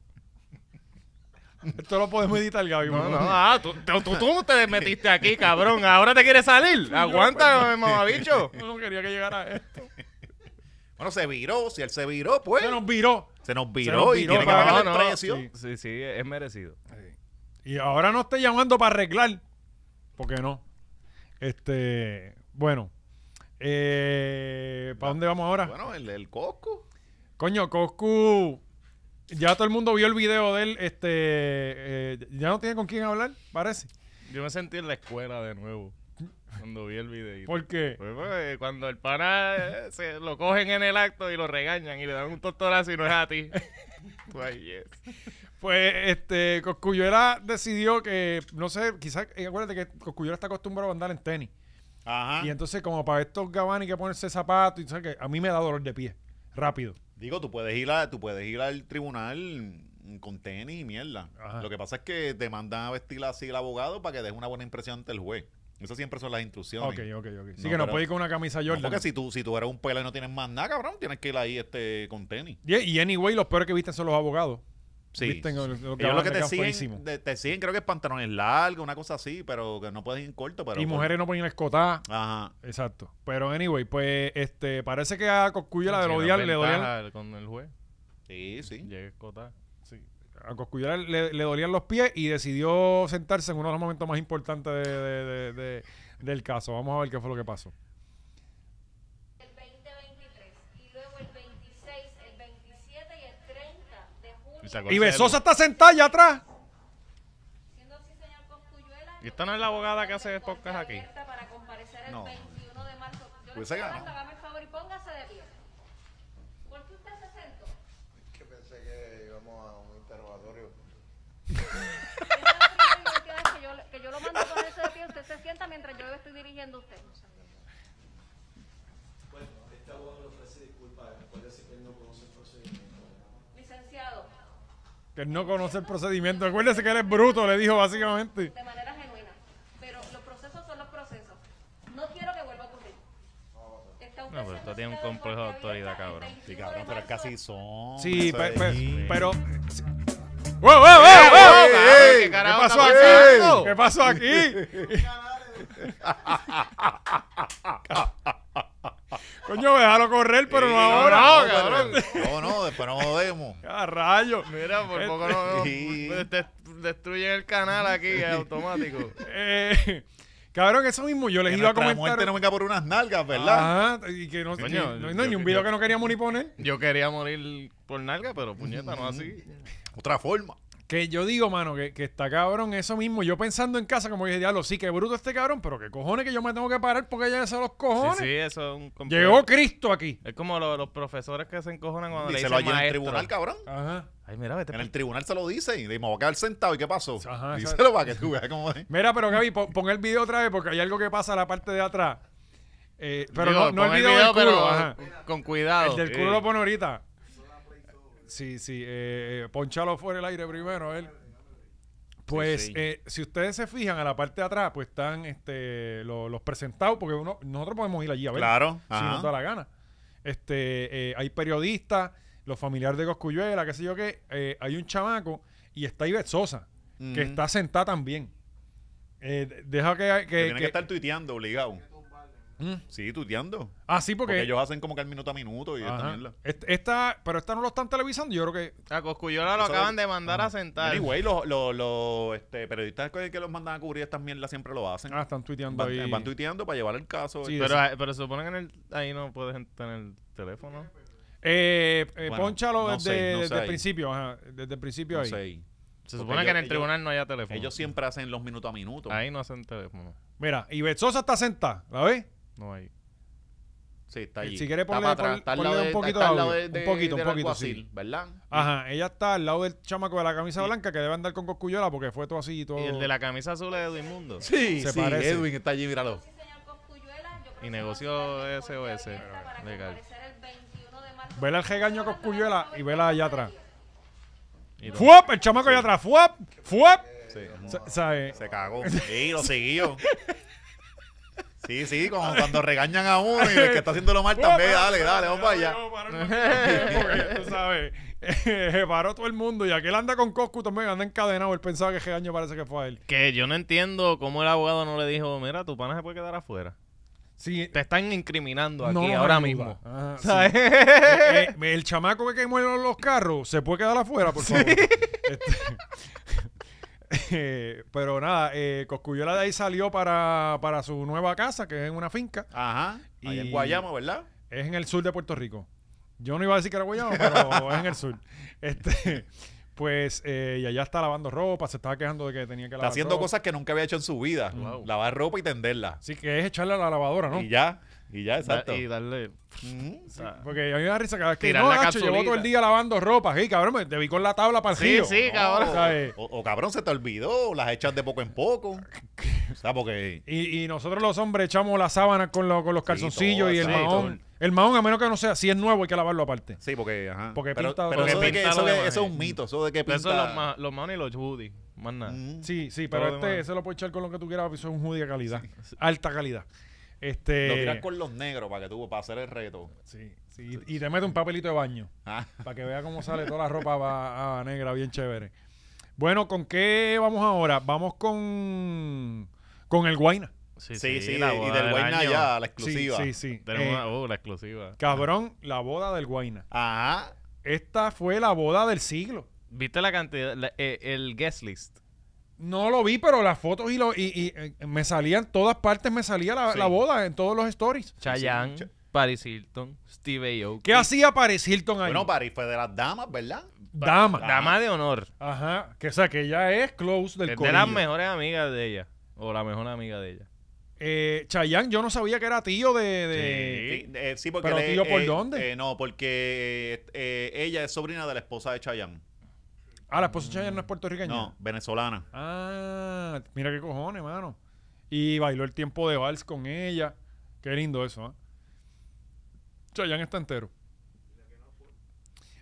Esto lo podemos editar, Gaby.
No,
por
*laughs* no,
favor.
ah, tú, tú, tú- tú te metiste *laughs* aquí, cabrón. Ahora te quieres salir. Aguanta, mamabicho.
Yo *laughs* no quería que llegara esto.
Bueno, se viró. Si él se viró, pues.
Se nos viró.
Se nos
se nos
viró y
viró,
tiene que
cabrón.
pagar
No,
el
no,
precio.
sí.
Sí, sí, es merecido.
Y ahora no esté llamando para arreglar. Porque no. Este. Bueno. Eh, ¿Para dónde vamos ahora?
Bueno, el, el Cosco.
Coño, Coscu. Ya todo el mundo vio el video de él. Este. eh, ya no tiene con quién hablar, parece.
Yo me sentí en la escuela de nuevo cuando vi el videito.
Porque.
Pues, pues, cuando el pana eh, se lo cogen en el acto y lo regañan y le dan un tostorazo y no es a *laughs* ti. Tú ahí, yes.
Pues este, Coscuyuela decidió que, no sé, quizás, eh, acuérdate que Coscuyuela está acostumbrado a andar en tenis.
Ajá.
Y entonces, como para estos gabanes que ponerse zapatos, y tú sabes que a mí me da dolor de pie, rápido.
Digo, tú puedes ir a, tú puedes ir al tribunal con tenis y mierda.
Ajá.
Lo que pasa es que te mandan a vestir así el abogado para que deje una buena impresión ante el juez. Esas siempre son las instrucciones.
Ok, ok, ok. Así
No,
que no
pero-
puede ir con una camisa
No,
Jordan.
porque si tú, si tú eres un pelo y no tienes más nada, cabrón, tienes que ir ahí este, con tenis.
Y, y anyway, los peores que visten son los abogados.
Sí.
Visten los- los
Ellos
gabanes
lo que
le
te
quedan
siguen,
feísimos.
de- te siguen, creo que es pantalones largos, una cosa así, pero que no puedes ir corto. Pero pues
y
por-
mujeres no ponen escotada.
Ajá.
Exacto. Pero anyway, pues este, parece que a Coscuyuela
Sí,
de
la
odiar, le
ventaja
dolían,
Con el juez,
Sí, sí.
llegué a escotar.
a Coscuyuela le, le dolían los pies y decidió sentarse en uno de los momentos más importantes de- de- de- de- del caso. Vamos a ver qué fue lo que pasó.
el 2023 y luego el 26, el 27 y el 30 de junio,
sacó
Y
el
Besosa
celu.
está sentada allá atrás.
siendo así señor Cosculluela,
Y esta no es la abogada que hace el podcast aquí.
abierta para comparecer el
No.
21 de marzo. Yo le
Hubiese
estoy
ganado.
hablando, hágame el favor y póngase de pie. ¿Por qué usted se sentó?
que pensé que íbamos a un interrogatorio.
Esa es la primera vez que yo, le- que yo lo mando a ponerse de pie, usted se sienta mientras yo estoy dirigiendo a usted. Licenciado,
Que no conoce el procedimiento. Acuérdese que él es bruto, le dijo básicamente.
de manera genuina, pero los procesos son los procesos. No quiero que vuelva a ocurrir. Está usted
No, pero
siendo
esto tiene un
citado en
complejo de
corte
autoridad,
abierta el
cabrón.
21
Sí, cabrón, pero
de
es
marzo
casi son.
Sí,
eso
pe-
es-
pe-
Sí.
pero. sí. ¡Wow, wow, wow, wow!
¡Ey! ¿Qué
¿Qué
carajo
pasó
está
aquí?
pasando?
¿Qué pasó aquí? Coño, déjalo correr, pero no
Sí, no,
ahora.
no,
pero-
cabrón.
No, no, después no
*laughs*
jodemos.
¡Ah, rayo!
Mira, por
*laughs*
poco no,
Sí.
no- *laughs* des- destruyen el canal aquí automático.
Eh, *laughs* cabrón, eso mismo yo les
Que
iba a
nuestra muerte
comentar. Ah.
no venga por unas nalgas, ¿verdad?
Ajá, y que no,
Coño,
ni- no- no hay ni
yo-
un video
yo-
que no queríamos ni poner.
Yo quería morir por nalga, pero puñeta, no así.
Otra forma.
Que yo digo, mano, que, que está cabrón eso mismo. Yo pensando en casa, como que diablo, sí, que bruto este cabrón, pero que cojones que yo me tengo que parar porque ya se los cojones.
Sí, sí, eso es un complejo.
Llegó Cristo aquí.
Es como lo- los profesores que se encojonan cuando
Y
le
se
dicen
lo en el
maestro.
tribunal, cabrón.
Ajá.
Ay, mira, vete.
En el
pa-
tribunal se lo dice y le digo, me voy a quedar sentado. ¿Y qué pasó? *laughs*
Ajá,
Díselo para que tú veas cómo es.
Mira, pero Gaby, pon, pon el video otra vez porque hay algo que pasa en la parte de atrás. Eh, pero
Digo,
no, no el
pon
video, del culo.
pero
ajá.
Con cuidado.
El del culo
Sí.
lo pone ahorita. Sí, sí. Eh, eh, ponchalo fuera el aire primero, a ver. Pues,
sí.
eh, si ustedes se fijan a la parte de atrás, pues están este, lo- los presentados, porque uno, nosotros podemos ir allí a ver.
Claro,
Si
ajá.
nos da la gana. Este, eh, hay periodistas, los familiares de Coscuyuela, qué sé yo qué. eh, hay un chamaco y está Ivet Sosa,
Ujú.
que está sentada también. Eh, de- deja que... que-
Que tiene
que-
que estar tuiteando, obligado.
Mm.
Sí, tuiteando.
Ah, sí, porque...
Porque ellos hacen como que al minuto a minuto y esta
Ajá.
mierda.
Est- esta- pero esta no lo están televisando, yo creo que
A Coscuyola lo
Eso-
acaban de mandar a sentar.
Anyway, los, los, los, este, periodistas que que los mandan a cubrir estas mierdas siempre lo hacen.
Ah, están tuiteando ahí.
van, van tuiteando para llevar el caso.
Sí,
Pero, ah, pero se supone que en el, ahí no puedes entrar en el teléfono.
Eh, eh,
Bueno,
pónchalo
no
desde,
sé, no sé
desde el
ahí.
principio, ajá, desde el principio
No
ahí.
sé.
Se
Porque
supone
ellos-
que en el
ellos-
tribunal no haya teléfono.
Ellos siempre hacen los minuto a minuto.
Ahí no hacen teléfono.
Mira, y Sosa está sentada, ¿la ves?
No hay.
Sí, está allí.
Si quiere
Está
ponle-
para atrás.
pon-
Está al
ponle
lado
un
de-
poquito
está al
de
lado
audio.
de-
Un poquito,
del
un poquito,
alguacil,
sí.
¿verdad?
Ajá, ella está al lado del chamaco de la camisa blanca que debe andar con coscuyola porque fue todo así y todo.
Y el de la camisa azul es Edwin Mundo.
Sí,
Se
sí,
parece.
Edwin está allí, míralo.
Sí, señor Cosculluela, yo
Y
presento
negoció
la
SOS.
abierta para
Legal.
comparecer el 21 de marzo.
Vela el regaño a Cosculluela y vela allá atrás.
Y todo.
¡Fuap! El chamaco allá atrás. ¡Fuap! ¡Fuap!
Sí.
Sa- ¿Sabe?
Se
*laughs*
cagó. Sí, lo siguió. Sí, sí, como cuando regañan a uno y el que está haciéndolo mal también, dale, dale, vamos para allá. *laughs*
allá. tú sabes, *laughs* eh, paró todo el mundo y aquel anda con Coscu también, anda encadenado. Él pensaba que ese año parece que fue a él.
Que yo no entiendo cómo el abogado no le dijo, mira, tu pana se puede quedar afuera.
Sí,
Te están incriminando aquí
no,
ahora
ayuda.
mismo. Ah,
Ajá, sí.
¿Sabes? *laughs*
Eh, eh, el chamaco que quemó los los carros se puede quedar afuera, por
*laughs*
favor. Este, *laughs* eh, pero nada, eh, Coscuyola de ahí salió para, para su nueva casa, que es en una finca.
Ajá. Ahí
Y-
en Guayama, ¿verdad?
Es en el sur de Puerto Rico. Yo no iba a decir que era Guayama, pero es en el
*laughs*
sur. Este, pues, eh, y allá está lavando ropa, se estaba quejando de que tenía que lavar
Está haciendo
ropa.
cosas que nunca había hecho en su vida.
Wow.
Lavar ropa y tenderla.
Así que es echarle a la lavadora, ¿no?
Y ya, y ya,
Da-
exacto.
Y darle.
Ujú.
o sea,
Porque a mí me da risa cada vez que
Tirar
no,
la
Nacho, llevo
capsulita.
todo el día lavando ropa. Sí, cabrón, me te vi con la tabla para el
Sí,
río.
sí, cabrón.
¿Sabes?
O, o cabrón, se te olvidó, las echas de poco en poco. O sea, porque
Y, y nosotros los hombres echamos la sábana con, lo- con los calzoncillos
todo,
y el
sí,
mahón. El mahón, a menos que no sea, si es nuevo, hay que lavarlo aparte.
Sí, porque, ajá.
Porque
pero,
pinta-
pero
porque
eso, de que-
pinta
eso
lo
que-
demás,
eso es
eh.
un mito, eso de que pinta...
Eso es los, ma- los manos y los Judy. Más nada.
Mm.
Sí, sí, pero
Todo
este,
demás.
ese lo puedes echar con lo que tú quieras, eso es un judía calidad. Alta calidad. Este,
Lo tiran con los negros para que tú, para hacer el reto.
sí, sí, y te mete un papelito de baño
Ah,
para que vea cómo sale toda la ropa va- ah, negra, bien chévere. Bueno, ¿con qué vamos ahora? Vamos con, con el Guaina.
sí, sí, y y del Guayna ya, la exclusiva.
Sí, sí, sí.
Tenemos
Eh,
una- oh, la exclusiva.
cabrón, la boda del Guaina.
Ajá.
Esta fue la boda del siglo.
¿Viste la cantidad? la- eh, el guest list.
No lo vi, pero las fotos y, lo, y, y, eh, me salían, todas partes me salía la,
Sí.
la boda en todos los stories.
Chayanne,
Cha-
Paris Hilton, Steve Aoki.
¿Qué hacía Paris Hilton ahí?
Bueno, París fue de las damas, ¿verdad?
Dama.
Dama de honor.
Ajá. Que, o sea, que ella es close del
Es de las
corillo.
mejores amigas de ella. O la mejor amiga de ella.
Eh, Chayanne, yo no sabía que era tío de... de-
Sí, eh, sí, porque
Pero,
le-
tío, ¿por
eh,
dónde?
eh, no, porque eh, ella es sobrina de la esposa de Chayanne.
Ah, la esposa de Chayanne no es puertorriqueña.
No, venezolana.
Ah, mira qué cojones, mano. Y bailó el tiempo de vals con ella. Qué lindo eso, ¿ah? Chayanne está entero.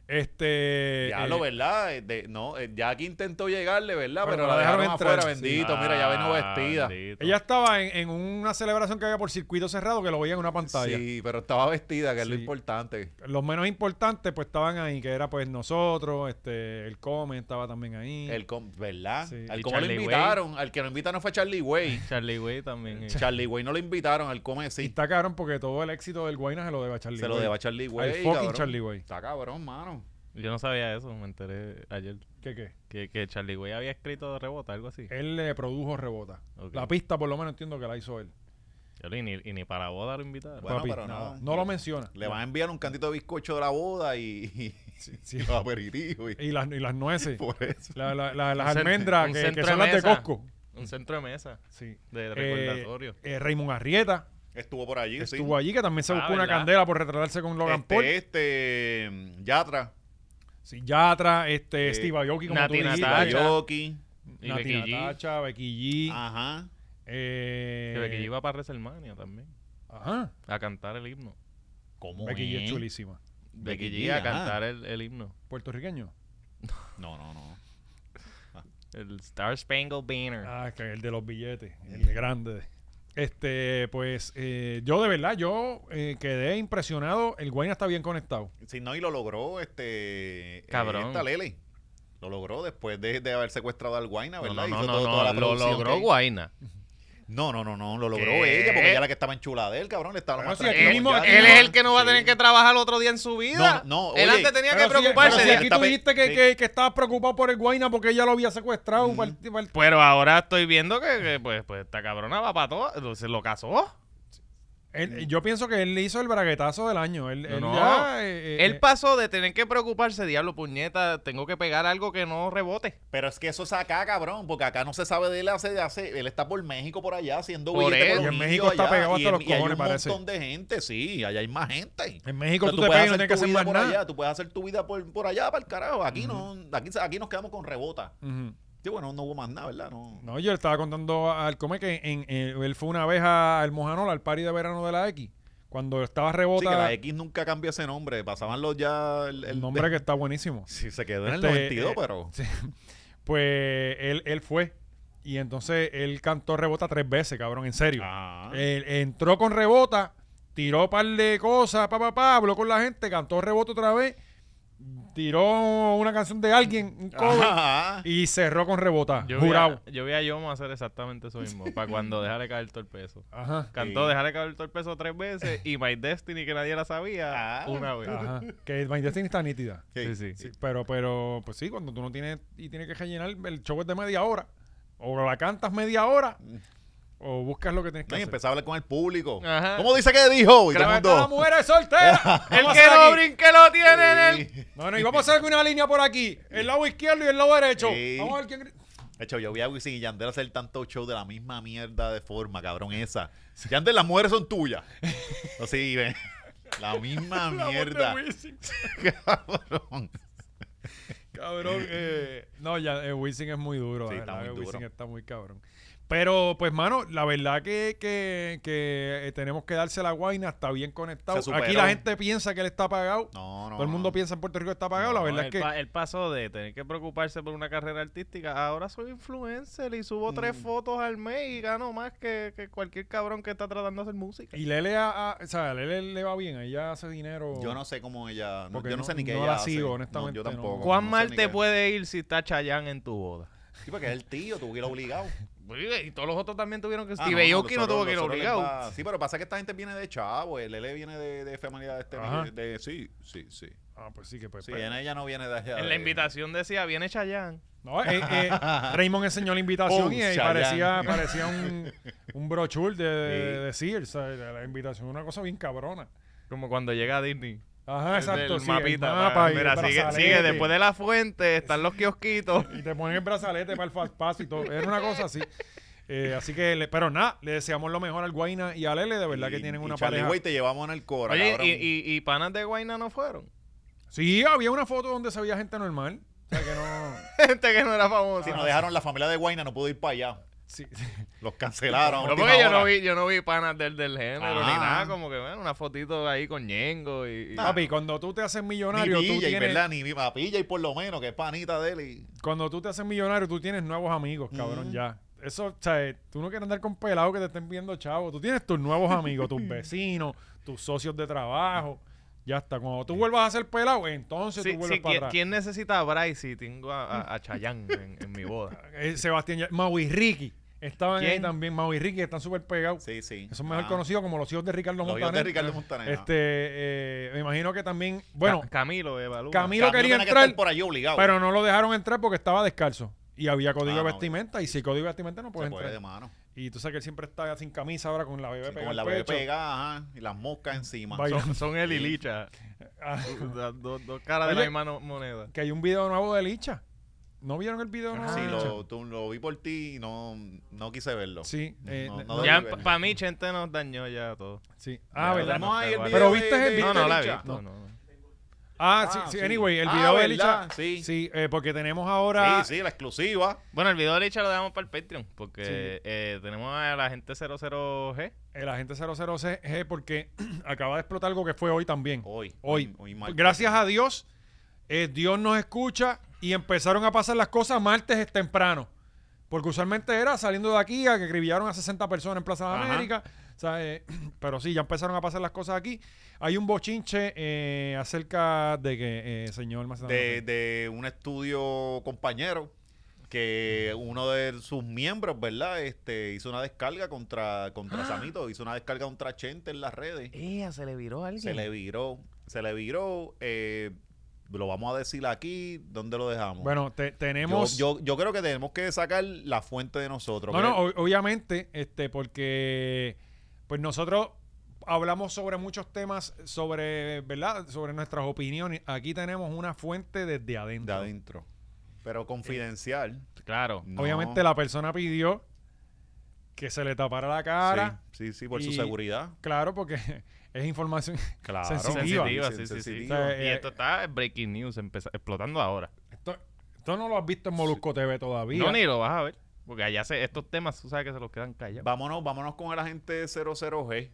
Este...
Ya
eh,
lo, ¿verdad? Eh, de- no, eh, ya aquí intentó llegarle, ¿verdad?
Pero
Pero,
no
la
la dejaron
dejaron,
entrar, Ah,
afuera,
sí.
bendito. Mira, ya vino vestida.
bendito.
Ella estaba en, en una celebración que había por circuito cerrado que lo veía en una pantalla.
Sí, pero estaba vestida, que es lo
Sí.
importante.
Los menos importantes pues estaban ahí, que era pues nosotros, este, el Come estaba también ahí.
El com- ¿Verdad?
Sí.
Al
Y
cómo lo
Charlie Way.
invitaron. Al que lo invitaron fue Charlie Way.
Charlie Way también. eh.
Charlie Way no lo invitaron, al come
Y
sí.
está cabrón porque todo el éxito del Guayna se lo debe a Charlie
Se lo
Way.
deba a Charlie
Al
Way.
fucking
cabrón.
Charlie Way.
Está cabrón, mano.
Yo no sabía eso, me enteré ayer.
¿Qué qué?
Que, que Charlie Way había escrito de rebota, algo así.
Él le produjo rebota.
Ok.
La pista por lo menos entiendo que la hizo él.
Y ni, y ni para boda lo invitaron.
Bueno,
Papi,
pero no.
nada. No lo menciona.
Le van a enviar un cantito de bizcocho de la boda y, y, *laughs*
sí.
y los aperitivos. y-
Y las, y las nueces.
*laughs* por eso.
La- la- la- las
Un cent-
almendras
un
que, que
centro
son
de
las de
mesa.
Costco.
Un centro de mesa
Sí.
de
Eh,
recordatorio.
eh, Raymond Arrieta
Estuvo por allí, sí.
estuvo allí que también se
Ah,
buscó una
¿verdad?
candela por retratarse con Logan Paul.
Este, este, mm, Yatra,
Sí, Yatra, este,
Eh,
Steve Aoki, como tú
Nati
dijiste.
Natacha.
Yoki,
Y
Nati
Becky G. Ah.
Natacha, Becky G.
ajá.
eh,
Que Becky iba para WrestleMania también.
Ajá.
A cantar el himno.
¿Cómo
Becky G
es?
es chulísima.
Becky
Becky
G
G, ah.
a
ajá.
cantar el, el himno.
Puertorriqueño.
No, no, no.
El Star Spangled Banner.
Ah, que el de los billetes, el grande. Este, pues eh, yo de verdad, yo eh, quedé impresionado. El Guayna está bien conectado.
Si no, y lo logró este... eh,
Cabrón.
Esta Lele. Lo logró después de, de haber secuestrado al Guayna,
no,
¿verdad?
no, no,
Hizo
no,
todo-
no,
toda la
lo
producción
logró
que-
Guaina.
No, no, no, no, lo logró
¿Qué?
ella, porque ella era la que estaba enchulada él, cabrón, le estaba lo
Bueno,
más
sí, aquí
tranquilo
mismo-
con
aquí
Yatra.
mismo-
que no va a tener que trabajar otro día en su
No, no, oye,
tenía
Pero sí, pero sí,
de-
aquí
Está
tú
pe-
dijiste que,
sí.
que- que estabas preocupado por el Guayna porque ella lo había secuestrado. pal- pal-
Pero ahora estoy viendo que, que, pues, pues esta cabrona va para todo. Se lo casó.
Él- yo pienso que él hizo el braguetazo del año. Él,
No,
él
no.
ya, eh, eh,
Él
eh,
pasó de tener que preocuparse, diablo, puñeta, tengo que pegar algo que no rebote.
Pero es que eso es acá, cabrón, porque acá no se sabe de él hace, hace él está por México por allá haciendo
Por
billetes
eso.
con los
Y en
niños
México está
allá,
pegado hasta
y en-
los
y hay
cojones, parece.
un montón de gente, sí, allá hay más gente.
en México
O sea,
tú, te pegas y no tienes que
hacer tu
hacer
vida
más
por
nada.
allá, tú puedes hacer tu vida por, por allá, para el carajo. Aquí no, aquí, aquí nos quedamos con rebota.
Ujú.
Sí, bueno, no hubo más nada, ¿verdad? No.
No, yo le estaba contando al Come que en, en- él fue una vez a- al Mojanola, al party de verano de la X, cuando estaba
Sí, que
rebota.
la X nunca cambió ese nombre. Pasaban los ya. El,
el nombre que está buenísimo.
*laughs* Sí, se quedó en el
Este,
92,
eh,
pero.
*laughs* Sí. Pues él, él fue. Y entonces él cantó rebota tres veces, cabrón, en serio.
Ah.
Él entró con rebota, tiró un par de cosas, pa, pa, pa, habló con la gente, cantó rebota otra vez, tiró una canción de alguien,
Ah,
un cover,
Ajá.
y cerró con rebota,
Yo
jurado.
Vi a, yo vi a Yomo hacer exactamente eso mismo, para *laughs* cuando dejarle caer todo el peso.
Ajá.
Cantó
Sí.
Dejarle caer todo el peso tres veces y My Destiny, que nadie la sabía,
Ah.
una vez.
Ajá. Que My Destiny está nítida.
Sí, sí.
Sí, pero, pero, pues sí, cuando tú no tienes y tienes que rellenar, el show es de media hora. O la cantas media hora, o buscas lo que tienes que
No, y
hacer.
empezaba a hablar con el público.
Ajá.
¿Cómo dice que dijo? Y todo el
Claro,
mundo-
toda mujer es soltera.
El
Vamos a
que
hacer
no
aquí.
brinque lo tiene en el...
Bueno, y vamos a hacer una línea por aquí. El lado izquierdo y el lado derecho.
Sí.
Vamos a ver quién... gri-
De hecho, yo vi a Wisin y Yandel hacer tanto show de la misma mierda de forma, cabrón, esa. Yandel, las mujeres son
*laughs*
tuyas. Así, ven. La misma mierda. *laughs* cabrón.
Cabrón. eh, no, ya, eh, Wisin es muy duro.
Sí,
la
está
verdad
muy
que Wisin
duro.
está muy cabrón. Pero, pues, mano, la verdad que, que, que, eh, tenemos que darse la guaina. Está bien conectado.
Se superó.
Aquí la gente piensa que él está pagado.
No, no.
Todo el mundo
no.
piensa en Puerto Rico que está pagado. la
No,
verdad
él
es que...
pa- él pasó de tener que preocuparse por una carrera artística. Ahora soy influencer y subo tres fotos al mes y gano más que, que cualquier cabrón que está tratando de hacer música.
Y Lele, a- a- o sea, Lele le va bien. Ella hace dinero.
Yo no sé cómo ella. no-
Porque
yo no,
no-
sé ni qué
no
ella
la
hace.
sigo,
No,
honestamente,
yo
no.
tampoco.
¿Cuán
no sé
mal
ni
te
qué-
puede ir si está Chayanne en tu boda?
Sí, porque es el tío, tuvo que ir
*laughs*
obligado.
Y todos los otros también tuvieron que...
Ah,
Steve
no,
Aoki no,
nosotros-
tuvo que ir
nosotros les
obligado.
va- Sí, pero pasa que esta gente viene de chavo. El L viene de, de familia de este.
Ajá.
De, de- sí, sí, sí.
Ah, pues sí que pues.
Sí,
pues.
en ella no viene de allá.
En
de-
la invitación decía, viene Chayanne.
No, eh,
*laughs*
eh, Raymond enseñó la invitación
Oh,
y, eh,
Chayanne.
parecía, parecía un, un brochure de, de,
Sí.
de Sears, ¿sabes? La, la invitación, una cosa bien cabrona.
Como cuando llega a Disney.
Ajá, exacto.
El
sí, el
mapita.
mapa y el
mira, sigue,
brazalete.
sigue. Después de la fuente están los kiosquitos.
Y te ponen el brazalete para el fast pass y todo. Era una cosa así. Eh, así que, le- pero nada, le deseamos lo mejor al Guaina y a Lele. De verdad que
y-
tienen
y
una
Charlie
pareja.
Way te llevamos en el cora.
Oye,
cabrón.
y, y, y panas de Guayna
*laughs*
no fueron.
Sí, había una foto donde se veía gente normal. O sea que no. *laughs*
Gente que no era famosa.
Ah.
Si nos dejaron la familia de Guaina, no pudo ir para allá.
sí.
Los cancelaron. a
No,
última
porque yo no,
hora.
vi, yo no vi panas del, del género ni
Ah.
nada, como que bueno, una fotito ahí con Ñengo y... Ah. y-
Papi, cuando tú te haces
Ni
millonario, tú
PJ,
tienes.
¿verdad? Ni vi- a PJ por lo menos, que es panita de él. Y...
cuando tú te haces millonario, tú tienes nuevos amigos, cabrón,
Mm.
ya. Eso, o sea, eh, tú no quieres andar con pelados que te estén viendo, chavo. Tú tienes tus nuevos amigos,
*laughs*
tus vecinos, tus socios de trabajo. Ya está. Cuando tú vuelvas a ser pelado, entonces
Sí,
tú vuelves
sí,
para
¿quién,
atrás.
quién necesita a Bryce si tengo a, a, a Chayanne en, en mi boda?
Eh, Sebastián, ya- Mau y Ricky. Estaban ahí
¿Quién?
también. Mau y Ricky están súper pegados.
Sí, sí.
Son mejor
Ah,
conocidos como los hijos de Ricardo
Los
Montaner.
hijos de Ricardo Montaner. ah.
Este, eh, me imagino que también, *laughs* bueno,
Ca- Camilo, evalúa.
Camilo quería
tiene que
entrar,
estar por ahí obligado.
pero no lo dejaron entrar porque estaba descalzo. Y había código
Ah,
de
no,
vestimenta, y si hay código de vestimenta no puede
se puede
entrar.
de mano.
Y tú sabes que él siempre está sin camisa ahora con la bebé
Sí,
pegada
con la
al
bebé
pecho.
pegada, ajá, y las moscas encima. *laughs*
Baila-
Son, son él y Licha.
Ah,
Dos dos caras de
Oye.
la misma no- moneda.
que hay un video nuevo de Licha. ¿No vieron el video nuevo?
Ah, Sí,
de Licha?
lo, tú- lo vi por ti y no, no quise verlo.
Sí, eh,
No,
ne-
no
no-
debí
Ya,
verlo.
para mí, Chente nos dañó ya todo.
sí. Ah,
Ya,
¿verdad?
tenemos ahí el
Pero
video
viste
de-
el
de-
video.
No, no la he
Licha?
visto. no, no.
Ah, sí,
Ah,
sí,
sí.
anyway, el
Ah,
video de
¿verdad?
Licha.
Sí.
Sí, eh, porque tenemos ahora.
Sí, sí, la exclusiva.
Bueno, el video de Licha lo dejamos para el Patreon, porque
Sí.
eh, tenemos a la gente 00G.
El agente 00CG porque *clears throat* acaba de explotar algo que fue hoy también.
Hoy.
Hoy.
Hoy martes.
Gracias a Dios, eh, Dios nos escucha y empezaron a pasar las cosas martes es temprano. Porque usualmente era saliendo de aquí a que acribillaron a 60 personas en Plaza de
Ajá.
América. O sea, eh, *clears throat* pero sí, ya empezaron a pasar las cosas aquí. Hay un bochinche eh, acerca de que, eh, señor Macedonio,
de, de un estudio compañero que uno de sus miembros, ¿verdad? Este hizo una descarga contra
Ah.
contra Samito, hizo una descarga contra Chente en las redes.
Ella se le viró a alguien.
Se le viró, se le viró eh, lo vamos a decir aquí, ¿dónde lo dejamos?
Bueno, te-
yo,
tenemos...
yo, yo creo que tenemos que sacar la fuente de nosotros.
No,
que-
no, ob- obviamente, este, porque pues nosotros hablamos sobre muchos temas, sobre, ¿verdad? Sobre nuestras opiniones. Aquí tenemos una fuente desde
De
adentro.
adentro. Pero confidencial.
Claro.
no.
Obviamente la persona pidió que se le tapara la cara.
Sí, sí, sí, por su
Y-
seguridad.
Claro, porque *laughs* es información *laughs*
Claro.
sensitiva.
Sensitiva,
sen-
sí, sí, sí.
sensitiva.
O sea,
y
eh,
esto está en breaking news, empeza- explotando ahora.
Esto, esto no lo has visto en Molusco TV todavía.
No, ni lo vas a ver. Porque allá se, estos temas, tú sabes que se los quedan callados.
Vámonos, vámonos con el agente 00G.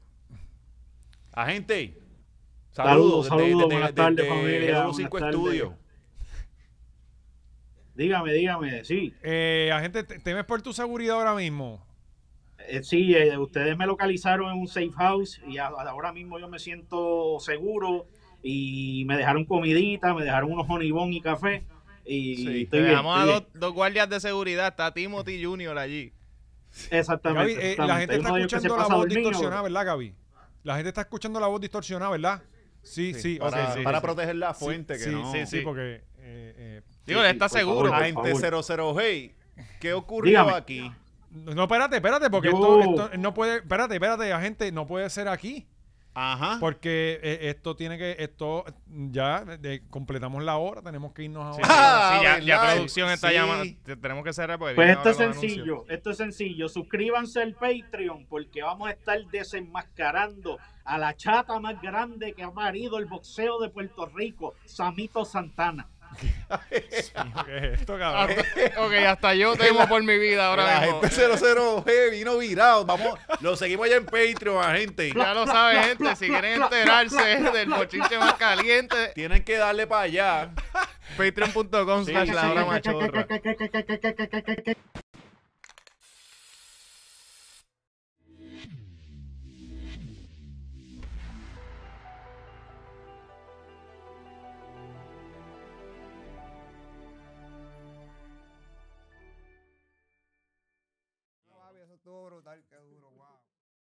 Agente. Saludos, desde-
saludos,
desde-
buenas
desde-
tardes,
desde
familia,
W5
buenas tardes.
Studio.
Dígame, dígame, sí.
Eh, agente, te- temes por tu seguridad ahora mismo.
Eh, sí, eh, ustedes me localizaron en un safe house y a- ahora mismo yo me siento seguro y me dejaron comidita, me dejaron unos honibón y café y
Sí,
estoy
Te
bien,
dejamos a
estoy
dos, dos guardias de seguridad. Está Timothy Jr. allí.
bien. *laughs* Exactamente,
Gaby, eh, la
exactamente.
gente
Hay
está
uno de ellos que se
escuchando la
pasa
voz
dormido.
distorsionada, ¿verdad, Gaby? La gente está escuchando la voz distorsionada, ¿verdad? Sí, sí, ok,
para,
sí,
para
sí.
proteger la fuente que
sí,
no.
Sí, sí,
Sí.
porque... eh, eh,
Digo,
Sí,
él
sí,
está
por
seguro.
*laughs*
favor.
Agente
por
00G, ¿qué ocurrió
Dígame.
aquí?
no, espérate, espérate, porque
Yo-
esto, esto no puede... Espérate, espérate, agente, no puede ser aquí.
Ajá.
Porque eh, esto tiene que... Esto ya eh, completamos la hora, tenemos que irnos ahora.
Sí, sí,
Ah,
sí, ya, ya
¿verdad?
producción está
Sí.
llamando. Te- Tenemos que cerrar porque
Pues
vienen
esto es
ahora los anuncios.
sencillo, esto es sencillo. Suscríbanse al Patreon porque vamos a estar desenmascarando a la chata más grande que ha parido el boxeo de Puerto Rico, Samito Santana.
¿Qué es esto, cabrón?
ok, *laughs* hasta yo temo por mi vida ahora
la
mismo.
gente 00G vino virado. Vamos, lo seguimos allá en Patreon, agente.
Ya lo sabe, gente. Si quieren enterarse del bochinche más caliente,
Tienen que darle para allá.
patreon.com slash la hora machorra.
Eso estuvo brutal, qué duro.